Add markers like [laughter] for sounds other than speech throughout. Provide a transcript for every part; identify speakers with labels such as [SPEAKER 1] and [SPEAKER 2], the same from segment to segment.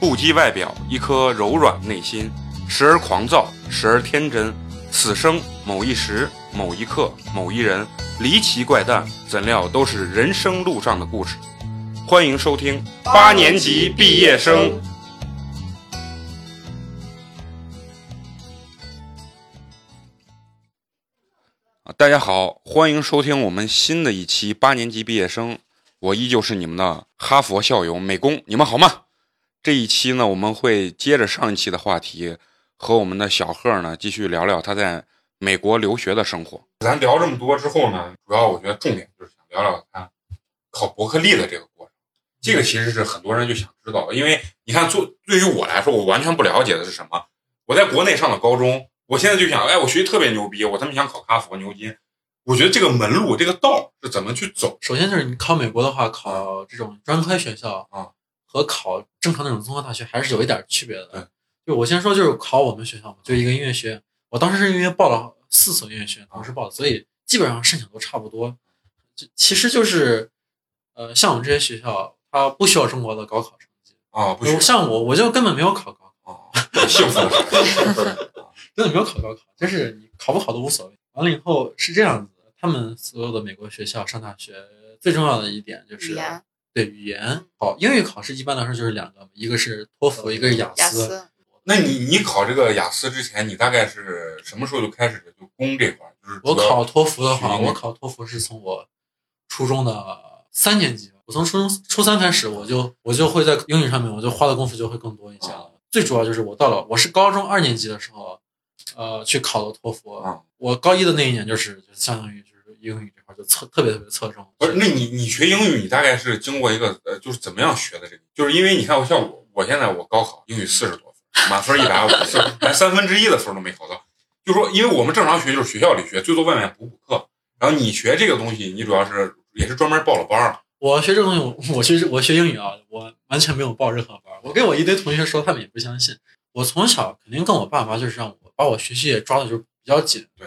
[SPEAKER 1] 不羁外表，一颗柔软内心，时而狂躁，时而天真。此生某一时、某一刻、某一人，离奇怪诞，怎料都是人生路上的故事。欢迎收听八年级毕业生。啊大家好，欢迎收听我们新的一期八年级毕业生。我依旧是你们的哈佛校友美工，你们好吗？这一期呢，我们会接着上一期的话题，和我们的小贺呢继续聊聊他在美国留学的生活。咱聊这么多之后呢，主要我觉得重点就是想聊聊他考伯克利的这个过程。这个其实是很多人就想知道的，因为你看，做对于我来说，我完全不了解的是什么。我在国内上的高中，我现在就想，哎，我学习特别牛逼，我他妈想考哈佛、牛津。我觉得这个门路、这个道是怎么去走？
[SPEAKER 2] 首先就是你考美国的话，考这种专科学校
[SPEAKER 1] 啊，
[SPEAKER 2] 和考正常那种综合大学还是有一点区别的。
[SPEAKER 1] 对，
[SPEAKER 2] 就我先说，就是考我们学校嘛，就一个音乐学院，我当时是因为报了四所音乐学院，同时报的，所以基本上申请都差不多。就其实就是，呃，像我们这些学校，它不需要中国的高考成绩，
[SPEAKER 1] 啊，不学
[SPEAKER 2] 像我我就根本没有考高考，
[SPEAKER 1] 啊， [laughs] 幸福的
[SPEAKER 2] 真的没有考高考，就是你考不考都无所谓。完了以后是这样子的，他们所有的美国学校上大学最重要的一点就
[SPEAKER 3] 语
[SPEAKER 2] 是
[SPEAKER 3] 言、
[SPEAKER 2] 对语言考英语考试一般来说就是两个，一个是托福，一个是雅
[SPEAKER 3] 雅
[SPEAKER 2] 思。
[SPEAKER 3] 思，
[SPEAKER 1] 那你你考这个雅思之前，你大概是什么时候就开始就攻这块儿？就是主
[SPEAKER 2] 我
[SPEAKER 1] 要
[SPEAKER 2] 考托福的话，
[SPEAKER 1] 学英语
[SPEAKER 2] 我考托福是从我初中的三年级吧，我从初中初三开始，我就我就会在英语上面，我就花的功夫就会更多一些
[SPEAKER 1] 啊
[SPEAKER 2] 了。最主要就是我到了我是高中二年级的时候，呃，去考的托福。
[SPEAKER 1] 啊
[SPEAKER 2] 我高一的那一年就是就是相当于就是英语这块就侧特别特别侧重。
[SPEAKER 1] 不是，那你你学英语，你大概是经过一个呃，就是怎么样学的这个？就是因为你看，我像我，我现在我高考英语四十多分，满分一 [laughs] 百五十，连三分之一的分都没考到。就说，因为我们正常学就是学校里学，最多外面补补课。然后你学这个东西，你主要是也是专门报了班儿
[SPEAKER 2] 我学这个东西，我我学我学英语啊，我完全没有报任何班儿。我跟我一堆同学说，他们也不相信。我从小肯定跟我爸妈就是让我把我学习也抓的就是比较紧。
[SPEAKER 1] 对，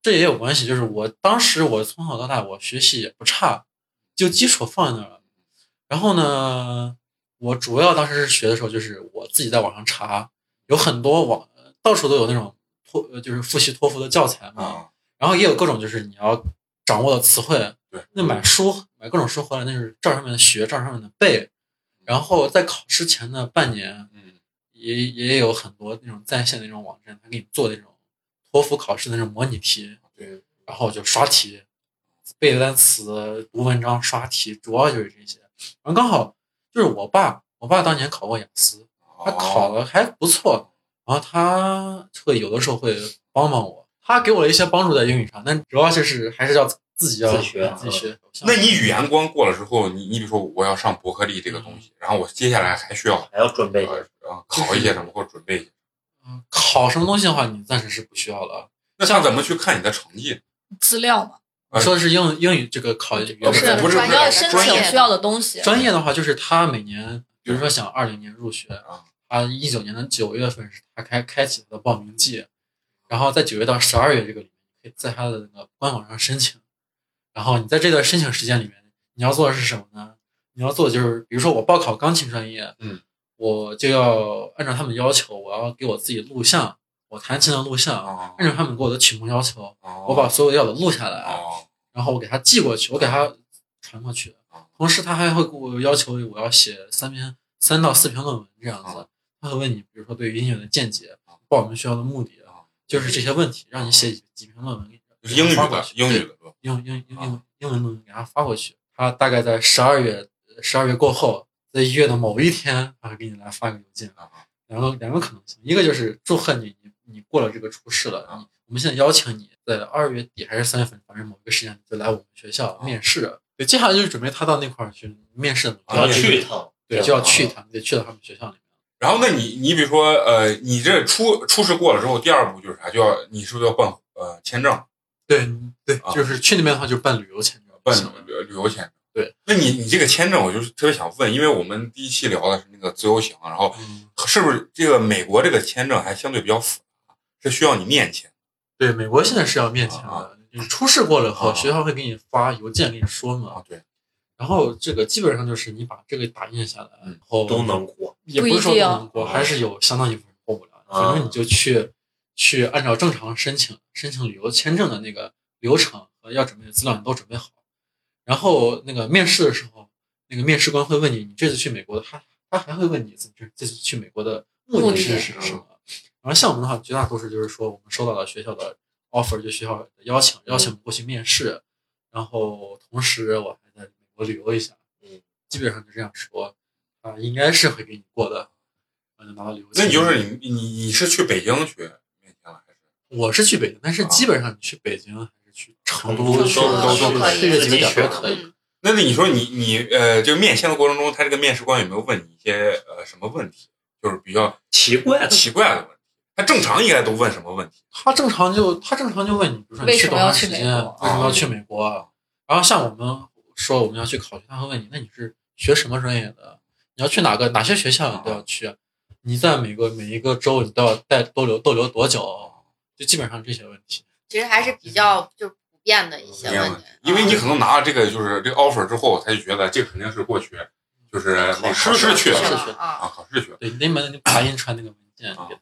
[SPEAKER 2] 这也有关系，就是我当时我从小到大我学习也不差，就基础放在那儿了。然后呢，我主要当时是学的时候，就是我自己在网上查，有很多网到处都有那种托呃就是复习托福的教材嘛。
[SPEAKER 1] 啊。
[SPEAKER 2] 然后也有各种就是你要掌握的词汇，
[SPEAKER 1] 对，
[SPEAKER 2] 那买书买各种书回来，那就是照上面的学，照上面的背，然后在考试前的半年
[SPEAKER 1] 嗯，
[SPEAKER 2] 也也有很多那种在线的那种网站，他给你做那种托福考试的那种模拟题，
[SPEAKER 1] 对，
[SPEAKER 2] 然后就刷题，背单词、读文章、刷题，主要就是这些。然后刚好就是我爸，我爸当年考过雅思，他
[SPEAKER 1] 哦
[SPEAKER 2] 考的还不错，然后他会有的时候会帮帮我，他给我了一些帮助在英语上，但主要就是还是要自己要
[SPEAKER 4] 自学啊
[SPEAKER 2] 自己学。
[SPEAKER 1] 那你语言关过了之后，你你比如说我要上伯克利这个东
[SPEAKER 2] 嗯
[SPEAKER 1] 西，然后我接下来还需要
[SPEAKER 4] 还要准备一下。
[SPEAKER 1] 呃呃考一些什么或者准备一些，
[SPEAKER 2] 嗯考什么东西的话，你暂时是不需要了。
[SPEAKER 1] 那他怎么去看你的成绩呢？
[SPEAKER 5] 资料嘛，
[SPEAKER 1] 哎
[SPEAKER 2] 你说的是英英语这个考语
[SPEAKER 1] 不
[SPEAKER 2] 言
[SPEAKER 3] 是
[SPEAKER 1] 是不是
[SPEAKER 3] 专
[SPEAKER 5] 你要申
[SPEAKER 3] 专业
[SPEAKER 5] 请
[SPEAKER 3] 的
[SPEAKER 5] 需要的东西。
[SPEAKER 2] 专业的话，就是他每年，比如说想二零年入学
[SPEAKER 1] 嗯啊，
[SPEAKER 2] 他一九年的九月份是他开开启他的报名季，然后在九月到十二月这个里面，可以在他的那个官网上申请。然后你在这段申请时间里面，你要做的是什么呢？你要做的就是，比如说我报考钢琴专业，
[SPEAKER 1] 嗯，
[SPEAKER 2] 我就要按照他们要求，我要给我自己录像，我弹琴的录像，
[SPEAKER 1] 啊
[SPEAKER 2] 按照他们给我的曲目要求，
[SPEAKER 1] 我
[SPEAKER 2] 我把所有要的录下来，
[SPEAKER 1] 哦
[SPEAKER 2] 然后我给他寄过去，我给他传过去
[SPEAKER 1] 啊。
[SPEAKER 2] 同时，他还会给我要求我要写三篇三到四篇论文这样
[SPEAKER 1] 啊
[SPEAKER 2] 子。他会问你，比如说对于音乐的见解
[SPEAKER 1] 啊，
[SPEAKER 2] 报我们学校的目的
[SPEAKER 1] 啊，
[SPEAKER 2] 就是这些问题，让你写几几篇论文给
[SPEAKER 1] 就
[SPEAKER 2] 他
[SPEAKER 1] 是英语
[SPEAKER 2] 发过
[SPEAKER 1] 的
[SPEAKER 2] 去，
[SPEAKER 1] 英语
[SPEAKER 2] 对
[SPEAKER 1] 的都
[SPEAKER 2] 英英英英
[SPEAKER 1] 啊
[SPEAKER 2] 英文论文给他发过去。他大概在十二月十二月过后，在一月的某一天，他会给你来发个邮件。
[SPEAKER 1] 啊
[SPEAKER 2] 两个两个可能性，一个就是祝贺你你你过了这个初试了，你我们现在邀请你在二月底还是三月份，反正某一个时间就来我们学校
[SPEAKER 1] 啊
[SPEAKER 2] 面试。对，接下来就是准备他到那块儿去面试，
[SPEAKER 1] 啊
[SPEAKER 3] 哦
[SPEAKER 4] 你要
[SPEAKER 1] 对
[SPEAKER 4] 去一趟，
[SPEAKER 2] 对，
[SPEAKER 4] 这
[SPEAKER 2] 就
[SPEAKER 4] 样
[SPEAKER 2] 要去一趟，你得去到他们学校里面。
[SPEAKER 1] 然后，那你你比如说，呃，你这初初试过了之后，第二步就是啥？就要你是不是要办呃签证，
[SPEAKER 2] 对对
[SPEAKER 1] 啊，
[SPEAKER 2] 就是去那边的话就办旅游签证，
[SPEAKER 1] 办
[SPEAKER 2] 行
[SPEAKER 1] 旅旅游签证？
[SPEAKER 2] 对。
[SPEAKER 1] 那你你这个签证，我就是特别想问，因为我们第一期聊的是那个自由行，啊然后
[SPEAKER 2] 嗯，
[SPEAKER 1] 是不是这个美国这个签证还相对比较复杂，是需要你面签？
[SPEAKER 2] 对，美国现在是要面签
[SPEAKER 1] 啊
[SPEAKER 2] 的，你初试过了以后，
[SPEAKER 1] 啊
[SPEAKER 2] 学校会给你发邮件给你说嘛，
[SPEAKER 1] 啊，对，
[SPEAKER 2] 然后这个基本上就是你把这个打印下来，然后
[SPEAKER 3] 都能过。
[SPEAKER 2] 也不是说
[SPEAKER 4] 不一
[SPEAKER 2] 都
[SPEAKER 4] 定
[SPEAKER 2] 能过，还是有相当一部分过不了。
[SPEAKER 3] 啊
[SPEAKER 2] 反正你就去去按照正常申请申请旅游签证的那个流程和要准备的资料，你都准备好。然后那个面试的时候，那个面试官会问你，你这次去美国的，他他还会问你，这这次去美国的目的是什
[SPEAKER 3] 目的
[SPEAKER 2] 么？然后像我们的话，绝大多数就是说，我们收到了学校的 offer，就学校的邀请，邀请我们过去面试。然后同时我还在美国旅游一下，
[SPEAKER 3] 嗯，
[SPEAKER 2] 基本上就这样说，啊，应该是会给你过的，我就拿到旅游签
[SPEAKER 1] 那你
[SPEAKER 2] 证。
[SPEAKER 1] 就是你你你是去北京去面签了还是？
[SPEAKER 2] 我是去北京，但是
[SPEAKER 1] 啊
[SPEAKER 2] 基本上你去北京还是去成
[SPEAKER 3] 成
[SPEAKER 2] 都
[SPEAKER 3] 都
[SPEAKER 2] 去
[SPEAKER 3] 都都
[SPEAKER 2] 去
[SPEAKER 3] 可以
[SPEAKER 2] 去这
[SPEAKER 3] 自
[SPEAKER 2] 几
[SPEAKER 3] 己
[SPEAKER 2] 个点
[SPEAKER 3] 选
[SPEAKER 2] 都可以。
[SPEAKER 4] 嗯，
[SPEAKER 1] 那你说你你呃，这个面签的过程中，他这个面试官有没有问你一些呃什么问题？就是比较
[SPEAKER 3] 奇怪的，
[SPEAKER 1] 奇怪的问题。他正常应该都问什么问题？
[SPEAKER 2] 他正常就他正常就问你，比如说你
[SPEAKER 4] 为
[SPEAKER 2] 去
[SPEAKER 4] 什
[SPEAKER 2] 多
[SPEAKER 4] 么要
[SPEAKER 2] 长
[SPEAKER 4] 去
[SPEAKER 2] 时
[SPEAKER 4] 美
[SPEAKER 2] 间，
[SPEAKER 4] 国
[SPEAKER 2] 为什么要去美国？啊然后像我们说我们要去考学，他会问你，那你是学什么专业的？你要去哪个哪些学校你都要去？啊你在美国每一个州你都要待多留逗留多久？就基本上这些问题。
[SPEAKER 4] 其实还是比较就普遍的一些问题，
[SPEAKER 1] 因为你
[SPEAKER 5] 嗯
[SPEAKER 1] 可能拿了这个就是这个 offer 之后，他就觉得这个肯定是过去就是考
[SPEAKER 3] 试
[SPEAKER 1] 试去了
[SPEAKER 4] 是
[SPEAKER 2] 考试
[SPEAKER 4] 的啊，
[SPEAKER 1] 啊，考试去了。
[SPEAKER 2] 对，你得把你打印出来那个文件
[SPEAKER 1] 啊
[SPEAKER 2] 给他。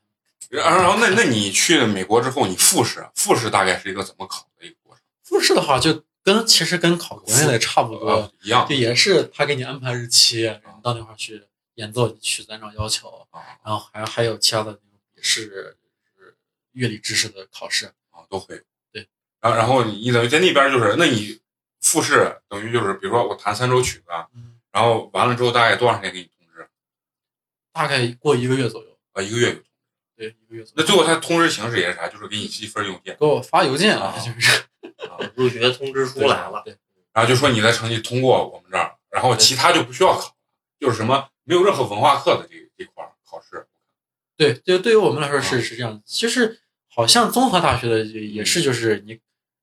[SPEAKER 1] 然后然后那那你去了美国之后，你复试复试大概是一个怎么考的一个过程？
[SPEAKER 2] 复试的话，就跟其实跟考国内的差不多。
[SPEAKER 1] 啊，一样
[SPEAKER 2] 就也是他给你安排日期，然后到那块儿去演奏你曲子，按照要求，
[SPEAKER 1] 啊
[SPEAKER 2] 然后还还有其他的那种笔试、就是乐理知识的考试。
[SPEAKER 1] 啊都会。
[SPEAKER 2] 对，
[SPEAKER 1] 然后然后你等于在那边就是，那你复试等于就是，比如说我弹三首曲子，
[SPEAKER 2] 嗯，
[SPEAKER 1] 然后完了之后大概多长时间给你通知？
[SPEAKER 2] 大概过一个月左右，
[SPEAKER 1] 啊，一个月。
[SPEAKER 2] 对，一个月左右。
[SPEAKER 1] 那最后他通知形式也是啥？就是给你寄份邮件，
[SPEAKER 2] 给我发邮件了，
[SPEAKER 1] 啊
[SPEAKER 2] 就是
[SPEAKER 3] 入学通知书来了，
[SPEAKER 2] 对，
[SPEAKER 1] 然后就说你的成绩通过我们这儿，然后其他就不需要考，就是什么没有任何文化课的这这块儿考试。
[SPEAKER 2] 对，就对于我们来说
[SPEAKER 1] 啊
[SPEAKER 2] 是是这样，其实好像综合大学的也也
[SPEAKER 1] 嗯
[SPEAKER 2] 是，就是你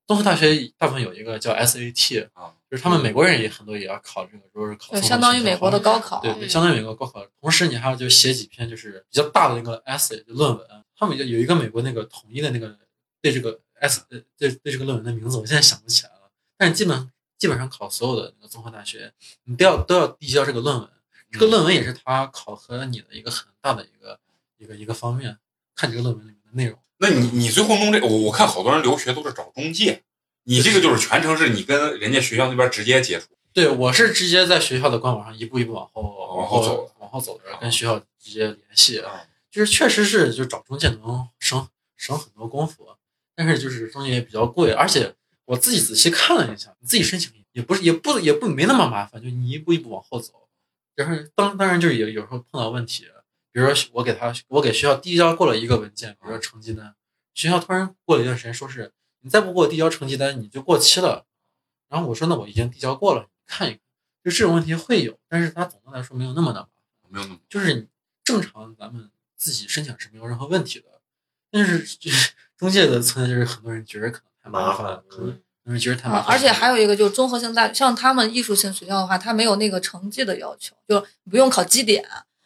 [SPEAKER 2] 综合大学大部分有一个叫 SAT，
[SPEAKER 1] 啊
[SPEAKER 2] 就是他们美国人也很多也要考这个，说是考
[SPEAKER 4] 就
[SPEAKER 2] 综合
[SPEAKER 4] 相当于
[SPEAKER 2] 学校
[SPEAKER 4] 美国的高考，
[SPEAKER 2] 对，
[SPEAKER 4] 嗯
[SPEAKER 2] 对，相当于美国高考。同时，你还要就写几篇就是比较大的那个 essay 就论文。他们有有一个美国那个统一的那个对这个 s 呃对对这个论文的名字，我现在想不起来了。但是基本基本上考所有的那个综合大学，你都要都要递交这个论文。这个论文也是他考核你的一个很大的一个一个一个方面，看这个论文里面的内容。
[SPEAKER 1] 那你你最后弄这，我我看好多人留学都是找中介，你这个就是全程是你跟人家学校那边直接接触，
[SPEAKER 2] 对我是直接在学校的官网上一步一步往后
[SPEAKER 1] 往
[SPEAKER 2] 往
[SPEAKER 1] 后走
[SPEAKER 2] 后往后走的，跟学校直接联系。
[SPEAKER 1] 啊
[SPEAKER 2] 就是确实是就找中介能省省很多功夫，但是就是中介也比较贵，而且我自己仔细看了一下，你自己申请也不是也不也不没那么麻烦，就你一步一步往后走。然后当当然就是有有时候碰到问题，比如说我给他我给学校递交过了一个文件，比如说成绩单，学校突然过了一段时间说是你再不给我递交成绩单你就过期了。然后我说那我已经递交过了，你看一看。就这种问题会有，但是它总的来说没有那么的麻烦。
[SPEAKER 1] 没有那么
[SPEAKER 2] 就是你正常咱们自己申请是没有任何问题的，但是就是中介的存在就是很多人觉得可能太麻烦了，可能
[SPEAKER 3] 嗯
[SPEAKER 2] 很多人觉得太麻
[SPEAKER 4] 啊
[SPEAKER 2] 烦，了，
[SPEAKER 4] 而且还有一个就是综合性大学，像他们艺术性学校的话，它没有那个成绩的要求，就不用考绩点。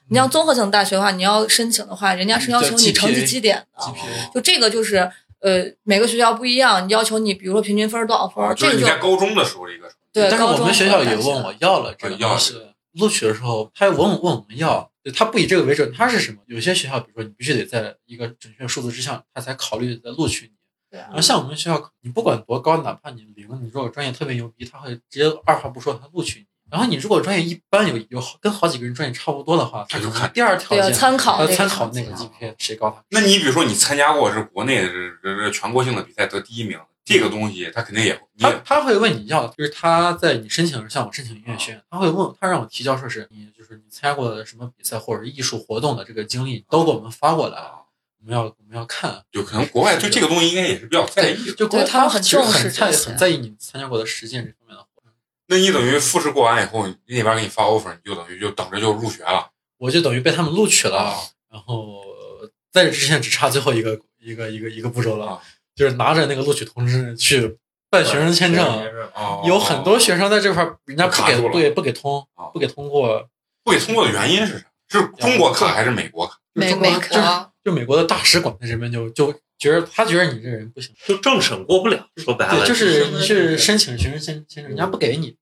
[SPEAKER 4] 你像综合性大学的话，你要申请的话，人家是要求你成绩绩点的。
[SPEAKER 2] GPA
[SPEAKER 4] 就这个就是呃，每个学校不一样，你要求你比如说平均分儿多少分
[SPEAKER 1] 啊，
[SPEAKER 4] 儿，
[SPEAKER 1] 就
[SPEAKER 4] 这
[SPEAKER 1] 是
[SPEAKER 4] 个
[SPEAKER 1] 你
[SPEAKER 4] 就
[SPEAKER 1] 在高中的时候一个成绩
[SPEAKER 4] 对。
[SPEAKER 2] 但是
[SPEAKER 4] 高
[SPEAKER 2] 我
[SPEAKER 4] 中
[SPEAKER 2] 们学校也
[SPEAKER 4] 和大
[SPEAKER 2] 问我要了这
[SPEAKER 1] 哦
[SPEAKER 2] 个东西，录取的时候他也问我问我们要，对他不以这个为准，他是什么？有些学校比如说你必须得在一个准确数字之上，他才考虑再录取你。
[SPEAKER 4] 对啊
[SPEAKER 2] 然后像我们学校，你不管多高，哪怕你零，你如果专业特别牛逼，他会直接二话不说他录取你。然后你如果专业一般有有好跟好几个人专业差不多的话，他
[SPEAKER 1] 他就
[SPEAKER 2] 可
[SPEAKER 1] 看
[SPEAKER 2] 能第二条
[SPEAKER 4] 对要
[SPEAKER 2] 件
[SPEAKER 4] 参考
[SPEAKER 2] 他
[SPEAKER 4] 那个啊
[SPEAKER 2] 参考
[SPEAKER 4] 成绩
[SPEAKER 2] 那个 GPA 谁高他。
[SPEAKER 1] 那你比如说你参加过是国内的这这这全国性的比赛得第一名，这个东西他肯定也你
[SPEAKER 2] 他
[SPEAKER 4] 啊
[SPEAKER 1] 也
[SPEAKER 2] 他会问你要，就是他在你申请，像我申请音乐学院，他会问，他让我提交说是你就是你参加过的什么比赛或者是艺术活动的这个经历都给我们发过来，
[SPEAKER 1] 啊，
[SPEAKER 2] 我们要我们要看。
[SPEAKER 1] 就可能国外对这个东西应该也是比较在意的。
[SPEAKER 2] 就国
[SPEAKER 4] 对他们很
[SPEAKER 2] 其实
[SPEAKER 4] 重视
[SPEAKER 2] 很在
[SPEAKER 4] 这些
[SPEAKER 2] 很在意你参加过的实践这方面的活动。
[SPEAKER 1] 那你等于复试过完以后，那边给你发 offer，你就等于就等着就入学了。
[SPEAKER 2] 我就等于被他们录取了
[SPEAKER 1] 啊，
[SPEAKER 2] 然后在这之前只差最后一个一个一个一个步骤了，
[SPEAKER 1] 啊
[SPEAKER 2] 就是拿着那个录取通知去办学生签证。啊
[SPEAKER 1] 哦
[SPEAKER 2] 有很多学生在这块儿人家不
[SPEAKER 1] 卡
[SPEAKER 2] 给
[SPEAKER 1] 住了
[SPEAKER 2] 对不给通
[SPEAKER 1] 啊
[SPEAKER 2] 不给通过，
[SPEAKER 1] 不给通过的原因是啥？是中国卡还是美国卡？
[SPEAKER 2] 就是
[SPEAKER 4] 美
[SPEAKER 2] 中国
[SPEAKER 4] 美
[SPEAKER 2] 就是
[SPEAKER 4] 国
[SPEAKER 2] 就美国的大使馆在这边就就觉得他觉得你这人不行，
[SPEAKER 3] 就政审过不了，说白了
[SPEAKER 2] 对，就是你
[SPEAKER 3] 是
[SPEAKER 2] 是申请学生签签证，人家不给你，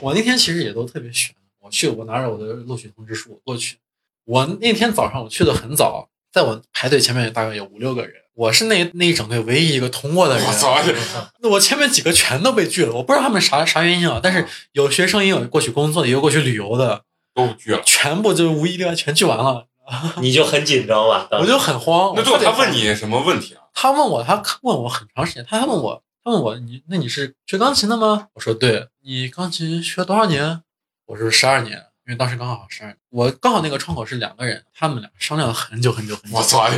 [SPEAKER 2] 我那天其实也都特别悬，我去，我拿着我的录取通知书，我过去。我那天早上我去的很早，在我排队前面大概有五六个人，我是那那一整队唯一一个通过的人。
[SPEAKER 1] 我操！
[SPEAKER 2] 那我前面几个全都被拒了，我不知道他们啥啥原因啊。但是有学生，也有过去工作的，也有过去旅游的，
[SPEAKER 1] 都拒了。
[SPEAKER 2] 全部就是无一例外全拒完了。
[SPEAKER 3] 你就很紧张了。当
[SPEAKER 2] 我
[SPEAKER 3] 时
[SPEAKER 2] 就很慌。
[SPEAKER 1] 嗯那最
[SPEAKER 2] 我
[SPEAKER 1] 后
[SPEAKER 2] 差点
[SPEAKER 1] 他问你什么问题啊？
[SPEAKER 2] 他问我，他问我很长时间，他还问我，他问我你那你是学钢琴的吗？我说对，你钢琴学多少年？我说十二年，因为当时刚好十二年，我刚好那个窗口是两个人，他们俩商量了很久很久很久，
[SPEAKER 1] 我操！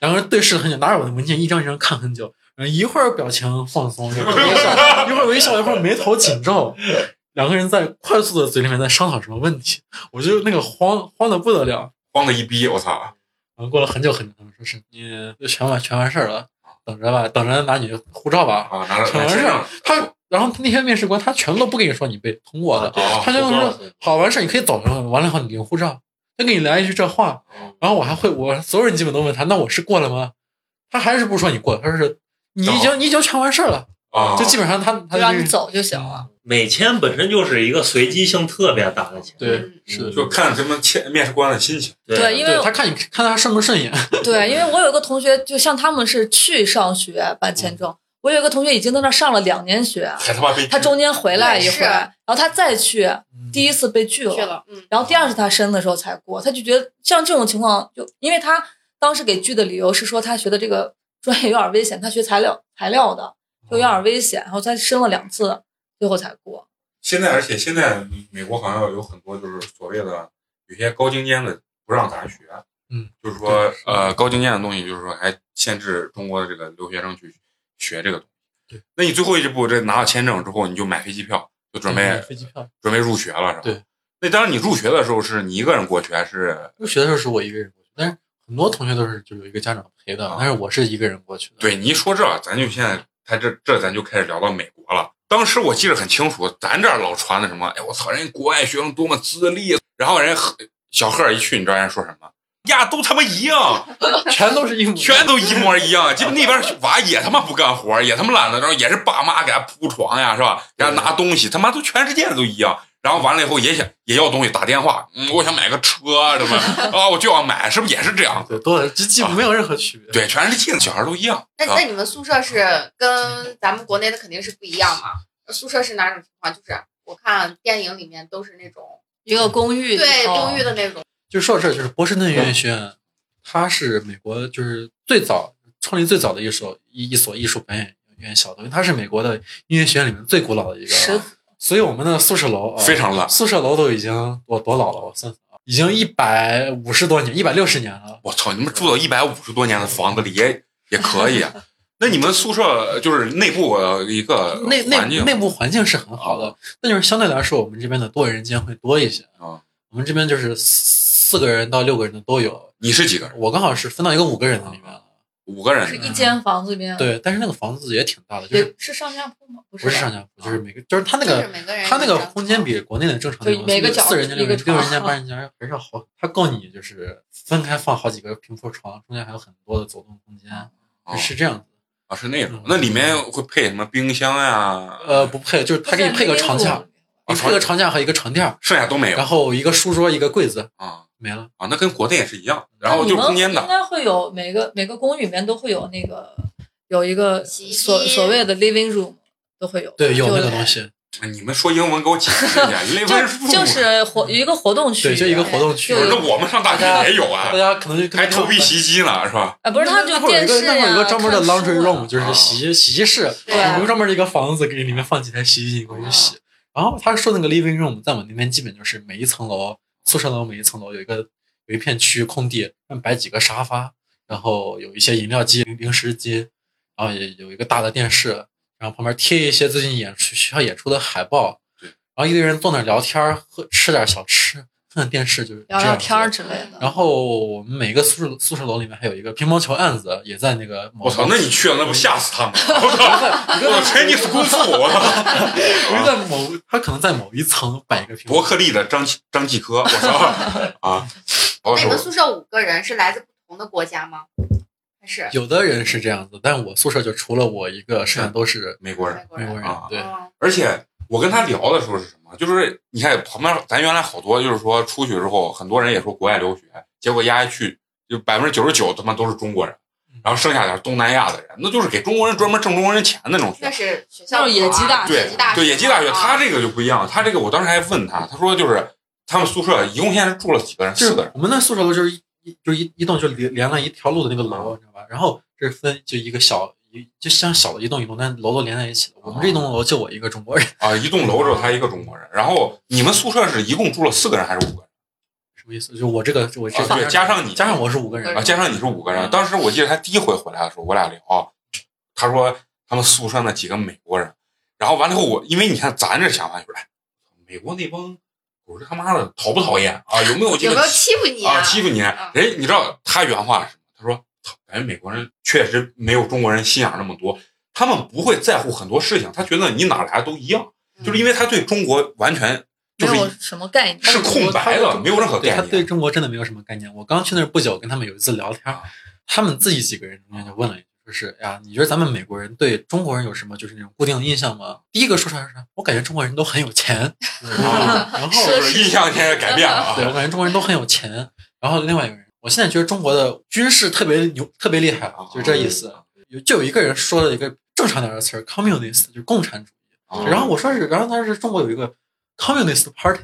[SPEAKER 2] 两个人对视了很久，拿着我的文件一张一张看很久，然后一会儿表情放松，一会儿微笑，一会儿微笑，一会儿眉头紧皱。两个人在快速的嘴里面在商讨什么问题，我就那个慌慌的不得了。
[SPEAKER 1] 慌的一逼，我操！啊
[SPEAKER 2] 然呃后过了很久很久，他们说是你就全完全完事儿了，等着吧，等着拿你护照吧。
[SPEAKER 1] 啊，拿着
[SPEAKER 2] 全
[SPEAKER 1] 拿
[SPEAKER 2] 完
[SPEAKER 1] 着
[SPEAKER 2] 事
[SPEAKER 1] 签
[SPEAKER 2] 儿
[SPEAKER 1] 证，，
[SPEAKER 2] 他然后那些面试官他全都不跟你说你被通过了，
[SPEAKER 1] 啊
[SPEAKER 2] 他就
[SPEAKER 3] 我知道
[SPEAKER 2] 说好完事儿你可以走了，完了以后你领护照，他跟你聊一句这话，
[SPEAKER 1] 哦
[SPEAKER 2] 然后我还会我所有人基本都问他那我是过了吗？他还是不说你过了，他说是你已
[SPEAKER 1] 哦
[SPEAKER 2] 经你已经全完事儿了，
[SPEAKER 1] 啊，
[SPEAKER 2] 就基本上他他
[SPEAKER 4] 就让
[SPEAKER 2] 是
[SPEAKER 4] 你走就行了。
[SPEAKER 3] 美签本身就是一个随机性特别大的签，啊
[SPEAKER 2] 对
[SPEAKER 4] 嗯
[SPEAKER 2] 是的。
[SPEAKER 1] 就看他们签面试官的心情。
[SPEAKER 4] 对因为
[SPEAKER 2] 对他看你看他顺不顺眼，
[SPEAKER 4] 对，因为我有一个同学，就像他们是去上学办签证，我有一个同学已经在那儿上了两年学，啊
[SPEAKER 1] 还他妈被
[SPEAKER 4] 他中间回来一
[SPEAKER 5] 也是
[SPEAKER 4] 回，然后他再去，
[SPEAKER 2] 嗯
[SPEAKER 4] 第一次被拒
[SPEAKER 5] 去了，嗯，
[SPEAKER 4] 然后第二次他申的时候才过，他就觉得像这种情况，就因为他当时给拒的理由是说他学的这个专业有点危险，他学材料材料的就有
[SPEAKER 2] 哦
[SPEAKER 4] 点危险，然后他申了两次，最后才过。
[SPEAKER 1] 现在，而且现在美国好像有很多就是所谓的有些高精尖的不让咱学，
[SPEAKER 2] 嗯，
[SPEAKER 1] 就是说
[SPEAKER 2] 对是
[SPEAKER 1] 呃高精尖的东西，就是说还限制中国的这个留学生去学这个东西。
[SPEAKER 2] 对，
[SPEAKER 1] 那你最后一步这拿到签证之后，你就买飞机票，就准备、
[SPEAKER 2] 飞机票
[SPEAKER 1] 准备入学了，是吧？
[SPEAKER 2] 对。
[SPEAKER 1] 那当然，你入学的时候是你一个人过去，还是
[SPEAKER 2] 入学的时候是我一个人过去，但是很多同学都是就有一个家长陪的
[SPEAKER 1] 啊，
[SPEAKER 2] 但是我是一个人过去的。
[SPEAKER 1] 对你一说这，咱就现在他这这咱就开始聊到美国了。当时我记得很清楚，咱这儿老传的什么，哎我操，人家国外学生多么资历，啊然后人家小贺一去，你知道人家说什么？呀，都他妈一样，
[SPEAKER 2] 全都是一模一样
[SPEAKER 1] 全都一模一样。就那边娃也他妈不干活，也他妈懒得着，也是爸妈给他铺床呀，是吧？给他拿东西，他妈都全世界都一样。然后完了以后也想也要东西，打电话，嗯，我想买个车什么啊，我就要买，是不是也是这样？
[SPEAKER 2] 对，多了，这基本没有任何区别。
[SPEAKER 1] 啊对，全世界的小孩都一样。
[SPEAKER 5] 那
[SPEAKER 1] 啊
[SPEAKER 5] 那你们宿舍是跟咱们国内的肯定是不一样嘛？宿舍是哪种情况？就是我看电影里面都是那种
[SPEAKER 4] 一个公寓里
[SPEAKER 5] 对
[SPEAKER 4] 头
[SPEAKER 5] 公寓的那种，
[SPEAKER 2] 就说到这儿，就是波士顿音乐学院，它是美国就是最早创立最早的一所一一所艺术表演院校，等于它是美国的音乐学院里面最古老的一个。
[SPEAKER 4] 十
[SPEAKER 2] 所以我们的宿舍楼、呃、
[SPEAKER 1] 非常烂
[SPEAKER 2] 宿舍楼都已经多多老了，我算算啊，已经一百五十多年，一百六十年了。
[SPEAKER 1] 我操，你们住到一百五十多年的房子里也也可以啊。那你们宿舍就是内部呃一个
[SPEAKER 2] 内
[SPEAKER 1] 环
[SPEAKER 2] 内
[SPEAKER 1] 境
[SPEAKER 2] 内部环境是很好的，那就是相对来说我们这边的多人间会多一些
[SPEAKER 1] 啊。
[SPEAKER 2] 我们这边就是四四个人到六个人的都有，
[SPEAKER 1] 你是几个人？
[SPEAKER 2] 我刚好是分到一个五个人的里面
[SPEAKER 1] 啊
[SPEAKER 2] 了。
[SPEAKER 1] 五个
[SPEAKER 4] 是
[SPEAKER 1] 人。
[SPEAKER 4] 一间房子里面，，
[SPEAKER 2] 对，但是那个房子也挺大的，就是
[SPEAKER 4] 也是上下铺吗？不
[SPEAKER 2] 不是
[SPEAKER 4] 吧
[SPEAKER 2] 上下铺，就是每个，就是他那
[SPEAKER 5] 就
[SPEAKER 2] 个
[SPEAKER 5] 是每个人
[SPEAKER 2] 他那个空间比国内的正常
[SPEAKER 4] 就
[SPEAKER 2] 那种
[SPEAKER 4] 每个角
[SPEAKER 2] 四人间、
[SPEAKER 4] 一
[SPEAKER 2] 六
[SPEAKER 4] 个
[SPEAKER 2] 人六人
[SPEAKER 4] 床
[SPEAKER 2] 间、八人间还是要好，它够你就是分开放好几个平铺床，中间还有很多的走动空间，
[SPEAKER 1] 哦
[SPEAKER 2] 是这样子。
[SPEAKER 1] 啊，是那种
[SPEAKER 2] 嗯，
[SPEAKER 1] 那里面会配什么冰箱呀、啊？
[SPEAKER 2] 呃，，不配，就是他给你配个床架，，
[SPEAKER 1] 啊
[SPEAKER 2] 你配个床架和一个床垫儿，
[SPEAKER 1] 剩下都没有
[SPEAKER 2] 然后一个书桌、一个柜子，
[SPEAKER 1] 啊
[SPEAKER 2] 没了。
[SPEAKER 1] 啊，那跟国内也是一样。然
[SPEAKER 4] 那
[SPEAKER 1] 后
[SPEAKER 4] 嗯你
[SPEAKER 1] 就
[SPEAKER 4] 们
[SPEAKER 1] 空间
[SPEAKER 4] 应
[SPEAKER 1] 的，
[SPEAKER 4] 该会有每个每个公寓里面都会有那个有一个
[SPEAKER 5] 洗衣机
[SPEAKER 4] 所所谓的 living room 都会有，
[SPEAKER 2] 对，有
[SPEAKER 4] 就
[SPEAKER 2] 那个东西，
[SPEAKER 1] 哎你们说英文给我解释
[SPEAKER 4] [laughs]
[SPEAKER 1] 一下。
[SPEAKER 2] [laughs]
[SPEAKER 1] 雷文
[SPEAKER 4] 就就是活一个活动区域，
[SPEAKER 2] 对，就一个活动区
[SPEAKER 4] 就
[SPEAKER 2] 域
[SPEAKER 4] 有。
[SPEAKER 1] 那我们上大
[SPEAKER 4] 呃
[SPEAKER 1] 学也有
[SPEAKER 2] 大
[SPEAKER 1] 啊，
[SPEAKER 2] 家可能就
[SPEAKER 1] 还投币洗衣机呢，是吧？
[SPEAKER 4] 啊，不是，它就
[SPEAKER 2] 那会儿有
[SPEAKER 4] 电
[SPEAKER 2] 一个
[SPEAKER 4] 视
[SPEAKER 2] 那会儿
[SPEAKER 4] 呀
[SPEAKER 2] 有一个专门的
[SPEAKER 4] 看书
[SPEAKER 2] laundry
[SPEAKER 4] 啊
[SPEAKER 2] room，就是
[SPEAKER 1] 啊
[SPEAKER 2] 洗衣洗衣室，
[SPEAKER 5] 对
[SPEAKER 2] 有一个专门的一个房子，给里面放几台洗衣机，过去洗。
[SPEAKER 4] 啊
[SPEAKER 2] 然后他说那个 living room 在我那边基本就是每一层楼宿舍楼每一层楼有一个有一片区域空地，上摆几个沙发，然后有一些饮料机、零零食机，然后也有一个大的电视，然后旁边贴一些最近演出学校演出的海报
[SPEAKER 1] 对，
[SPEAKER 2] 然后一堆人坐那儿聊天儿，喝吃点小吃， [laughs] 看看电视，就是
[SPEAKER 4] 聊
[SPEAKER 2] 这
[SPEAKER 4] 聊
[SPEAKER 2] 样子
[SPEAKER 4] 天儿之类的。
[SPEAKER 2] 然后我们每个宿舍宿舍楼里面还有一个乒乓球案子，也在那个某
[SPEAKER 1] 我操，那你去了那不吓死他们？
[SPEAKER 4] [laughs]
[SPEAKER 1] 我操，我 Chinese 功夫，我操，
[SPEAKER 2] 我就在某他可能在某一层摆一个乒
[SPEAKER 1] 伯
[SPEAKER 2] 乓球，
[SPEAKER 1] 克利的张张继科，我操啊！我
[SPEAKER 5] 那你
[SPEAKER 1] 手
[SPEAKER 5] 们宿舍五个人是来自不同的国家吗？还是
[SPEAKER 2] 有的人是这样子，但我宿舍就除了我一个，剩下都是
[SPEAKER 1] 美国人
[SPEAKER 5] 外，国
[SPEAKER 2] 美国
[SPEAKER 5] 人？
[SPEAKER 2] 人
[SPEAKER 1] 啊。
[SPEAKER 2] 对，
[SPEAKER 5] 哦
[SPEAKER 1] 而且我跟他聊的时候是什么？嘛，就是你看旁边咱原来好多就是说出去之后，很多人也说国外留学，结果丫一去就百分之九十九他妈都是中国人
[SPEAKER 2] 嗯，
[SPEAKER 1] 然后剩下点东南亚的人，那就是给中国人专门挣中国人钱的那种学
[SPEAKER 5] 那是学
[SPEAKER 4] 那
[SPEAKER 5] 校啊
[SPEAKER 4] 是野鸡大学
[SPEAKER 5] 野
[SPEAKER 1] 对
[SPEAKER 5] 鸡大
[SPEAKER 1] 对，野鸡大学，
[SPEAKER 5] 啊
[SPEAKER 1] 他这个就不一样了。他这个我当时还问他，他说就是他们宿舍一共现在住了几个人？
[SPEAKER 2] 就是
[SPEAKER 1] 四个人。
[SPEAKER 2] 我们那宿舍楼就是一一就是一一栋就连连了一条路的那个楼，你知道吧？然后这分就一个小一就像小的一栋一栋，但楼都连在一起的。我们这栋楼就我一个中国人，
[SPEAKER 1] 啊，一栋楼只有他一个中国人。然后你们宿舍是一共住了四个人还是五个
[SPEAKER 2] 什么意思？就我这个就我这、
[SPEAKER 1] 啊对加上你
[SPEAKER 2] 加上我是五个人
[SPEAKER 1] 人？啊，加上你是五个人。当时我记得他第一回回来的时候，我俩聊，他说他们宿舍那几个美国人，然后完了以后我，因为你看咱这想法就是，哎美国那帮狗日他妈的讨不讨厌啊？有没有这
[SPEAKER 5] 有
[SPEAKER 1] 个
[SPEAKER 5] 没有欺负你
[SPEAKER 1] 啊，欺负你。
[SPEAKER 5] 啊
[SPEAKER 1] 人你知道他原话是什么？他说：“操感觉美国人确实没有中国人心眼儿那么多，他们不会在乎很多事情，他觉得你哪来都一样，就是因为他对中国完全就
[SPEAKER 4] 没有
[SPEAKER 1] 是
[SPEAKER 4] 什么概念。
[SPEAKER 1] 是空白的，没有任何
[SPEAKER 2] 对
[SPEAKER 1] 概
[SPEAKER 2] 他对
[SPEAKER 1] 念。
[SPEAKER 2] 中国真的没有什么概念。我刚去那儿不久，跟他们有一次聊天儿
[SPEAKER 1] 啊，
[SPEAKER 2] 他们自己几个人中间就问了一句，就是哎呀，你觉得咱们美国人对中国人有什么就是那种固定的印象吗？第一个说出来是啥？我感觉中国人都很有钱， [laughs]
[SPEAKER 1] 啊
[SPEAKER 2] 然后
[SPEAKER 1] 是不是印象现在改变了啊
[SPEAKER 2] 对，我感觉中国人都很有钱。然后另外一个人，我现在觉得中国的军事特别牛，特别厉害啊，就是这意思。
[SPEAKER 1] 哦
[SPEAKER 2] 有就有一个人说了一个正常点的词儿，communist，就是共产主义。
[SPEAKER 1] 啊
[SPEAKER 2] 然后
[SPEAKER 5] 哦
[SPEAKER 2] 我说是，然后当时中国有一个 communist party，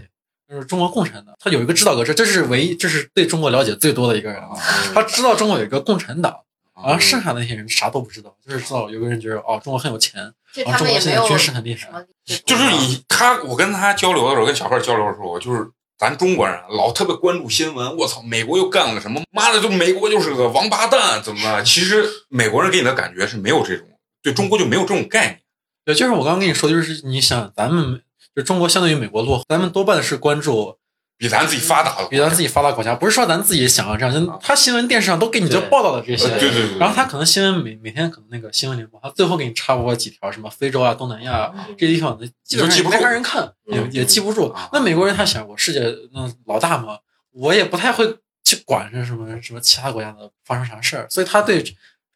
[SPEAKER 2] 就是中国共产党，他有一个指导哥，这这是唯一，这是对中国了解最多的一个
[SPEAKER 1] 啊
[SPEAKER 2] 人了。他啊知道中国有一个共产党，然后剩下那些人啥都不知道，就是知道有个人觉得哦，中国很有钱，
[SPEAKER 5] 就
[SPEAKER 2] 然啊后
[SPEAKER 5] 他
[SPEAKER 2] 中国
[SPEAKER 5] 们也
[SPEAKER 2] 现
[SPEAKER 5] 没
[SPEAKER 2] 在
[SPEAKER 5] 有
[SPEAKER 2] 军事很厉
[SPEAKER 5] 什
[SPEAKER 2] 害。
[SPEAKER 5] 么，
[SPEAKER 1] 就是
[SPEAKER 2] 嗯
[SPEAKER 1] 你他，我跟他交流的时候，跟小贺交流的时候，我就是咱中国人啊老特别关注新闻。我操，美国又干了什么？妈的，就美国就是个王八蛋，怎么的？其实美国人给你的感觉是没有这种对中国就没有这种概念。
[SPEAKER 2] 对，就是我刚刚跟你说，就是你想咱们就中国相对于美国落后，咱们多半是关注
[SPEAKER 1] 比咱自己发达了。
[SPEAKER 2] 比咱自己发达国家，不是说咱自己想要这样，就
[SPEAKER 1] 啊
[SPEAKER 2] 他新闻电视上都给你这
[SPEAKER 3] 对
[SPEAKER 2] 报道的这些
[SPEAKER 1] 呃，对对对。
[SPEAKER 2] 然后他可能新闻每每天可能那个新闻联播，他最后给你插播几条什么非洲啊、东南亚啊这些地方的，基本
[SPEAKER 1] 就记
[SPEAKER 2] 上
[SPEAKER 1] 不
[SPEAKER 2] 没
[SPEAKER 1] 住
[SPEAKER 2] 啥人看，也
[SPEAKER 3] 嗯
[SPEAKER 2] 也记不住
[SPEAKER 1] 啊。
[SPEAKER 2] 那美国人他想，我世界那老大嘛，我也不太会去管是什么什么其他国家的发生啥事儿，所以他对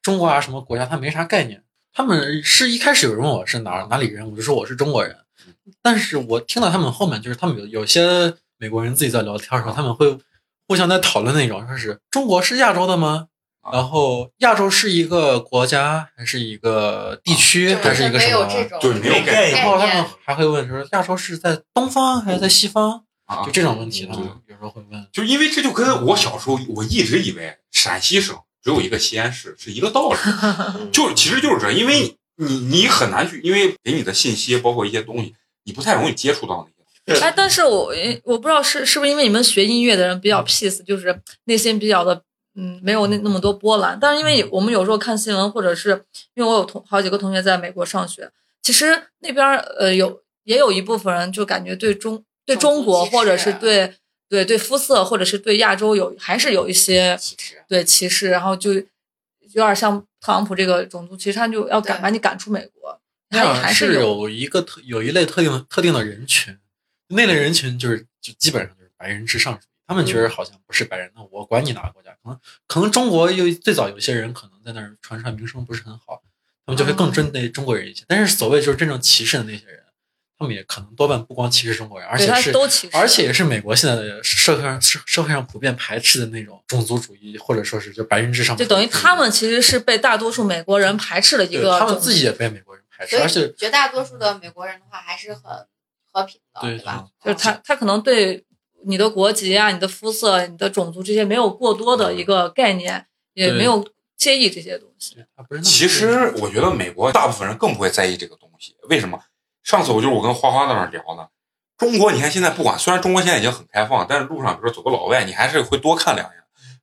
[SPEAKER 2] 中国啊什么国家他没啥概念。他们是一开始有人问我是哪儿哪里人，我就说我是中国人，但是我听到他们后面就是他们有有些美国人自己在聊天的时候，他们会互相在讨论那种，说是中国是亚洲的
[SPEAKER 1] 啊
[SPEAKER 2] 吗？然后亚洲是一个国家，还是一个地区，
[SPEAKER 5] 啊
[SPEAKER 2] 还是一个
[SPEAKER 5] 没
[SPEAKER 2] 什
[SPEAKER 5] 有这
[SPEAKER 2] 么？
[SPEAKER 5] 种
[SPEAKER 1] 对啊没有
[SPEAKER 3] 没概
[SPEAKER 2] 然
[SPEAKER 3] 念
[SPEAKER 5] 概
[SPEAKER 2] 后他们
[SPEAKER 5] 念
[SPEAKER 2] 还会问说，亚洲是在东方还是在西方？
[SPEAKER 1] 啊
[SPEAKER 2] 就这种问题，
[SPEAKER 1] 嗯
[SPEAKER 2] 他们
[SPEAKER 1] 对
[SPEAKER 2] 有时候会问。
[SPEAKER 1] 就因为这就跟我小时候我一直以为陕西省只有一个西安市是一个
[SPEAKER 2] [laughs]
[SPEAKER 1] 道理，
[SPEAKER 3] 嗯
[SPEAKER 1] 就是其实就是这，因为你你很难去，因为给你的信息包括一些东西，你不太容易接触到那些。
[SPEAKER 4] 哎，但是我我不知道是是不是因为你们学音乐的人
[SPEAKER 5] 嗯
[SPEAKER 4] 比较 peace，就是内心比较的嗯没有那那么多波澜。但是因为
[SPEAKER 5] 嗯
[SPEAKER 4] 我们有时候看新闻，或者是因为我有同好几个同学在美国上学，其实那边儿呃有也有一部分人就感觉对中对中国
[SPEAKER 5] 种族歧视啊
[SPEAKER 4] 或者是对对对肤色或者是对亚洲有还是有一些
[SPEAKER 5] 歧视，
[SPEAKER 4] 对歧视，然后就有点像特朗普这个种族歧视，他就要赶
[SPEAKER 5] 对
[SPEAKER 4] 把你赶出美国，
[SPEAKER 2] 那
[SPEAKER 4] 还
[SPEAKER 2] 样
[SPEAKER 4] 还
[SPEAKER 2] 是
[SPEAKER 4] 有
[SPEAKER 2] 有一个特有一类特定特定的人群，那类人群就是就基本上就是白人至上主义，他们
[SPEAKER 4] 嗯
[SPEAKER 2] 觉得好像不是白人，那我管你哪个国家，可能可能中国有最早有些人可能在那儿传出来名声不是很好，他们就会
[SPEAKER 4] 哦
[SPEAKER 2] 更针对中国人一些。但是所谓就是真正歧视的那些人，他们也可能多半不光歧视中国人，而
[SPEAKER 4] 对
[SPEAKER 2] 且
[SPEAKER 4] 他
[SPEAKER 2] 是
[SPEAKER 4] 都歧视，
[SPEAKER 2] 而且也是美国现在的社会上社社会上普遍排斥的那种种族主义，或者说是就白人至上主
[SPEAKER 4] 就
[SPEAKER 2] 义，
[SPEAKER 4] 等于他们其实是被大多数美国人排斥的一
[SPEAKER 2] 对
[SPEAKER 4] 个，
[SPEAKER 2] 他们自己，也被美国人排斥，
[SPEAKER 5] 所
[SPEAKER 2] 而且
[SPEAKER 5] 以绝大多数的美国人的话还是很和平的，
[SPEAKER 2] 对
[SPEAKER 5] 对吧？
[SPEAKER 4] 就是他他可能对你的国籍啊、你的肤色、你的种族这些没有过多的一个概念，也
[SPEAKER 2] 嗯对
[SPEAKER 4] 没有介意这些东西。
[SPEAKER 2] 对他不是那么
[SPEAKER 1] 其实我觉得美国大部分人更不会在意这个东西，为什么？上次我就是我跟花花在那儿聊呢，中国你看现在不管，虽然中国现在已经很开放，但是路上比如说走个老外，你还是会多看两眼。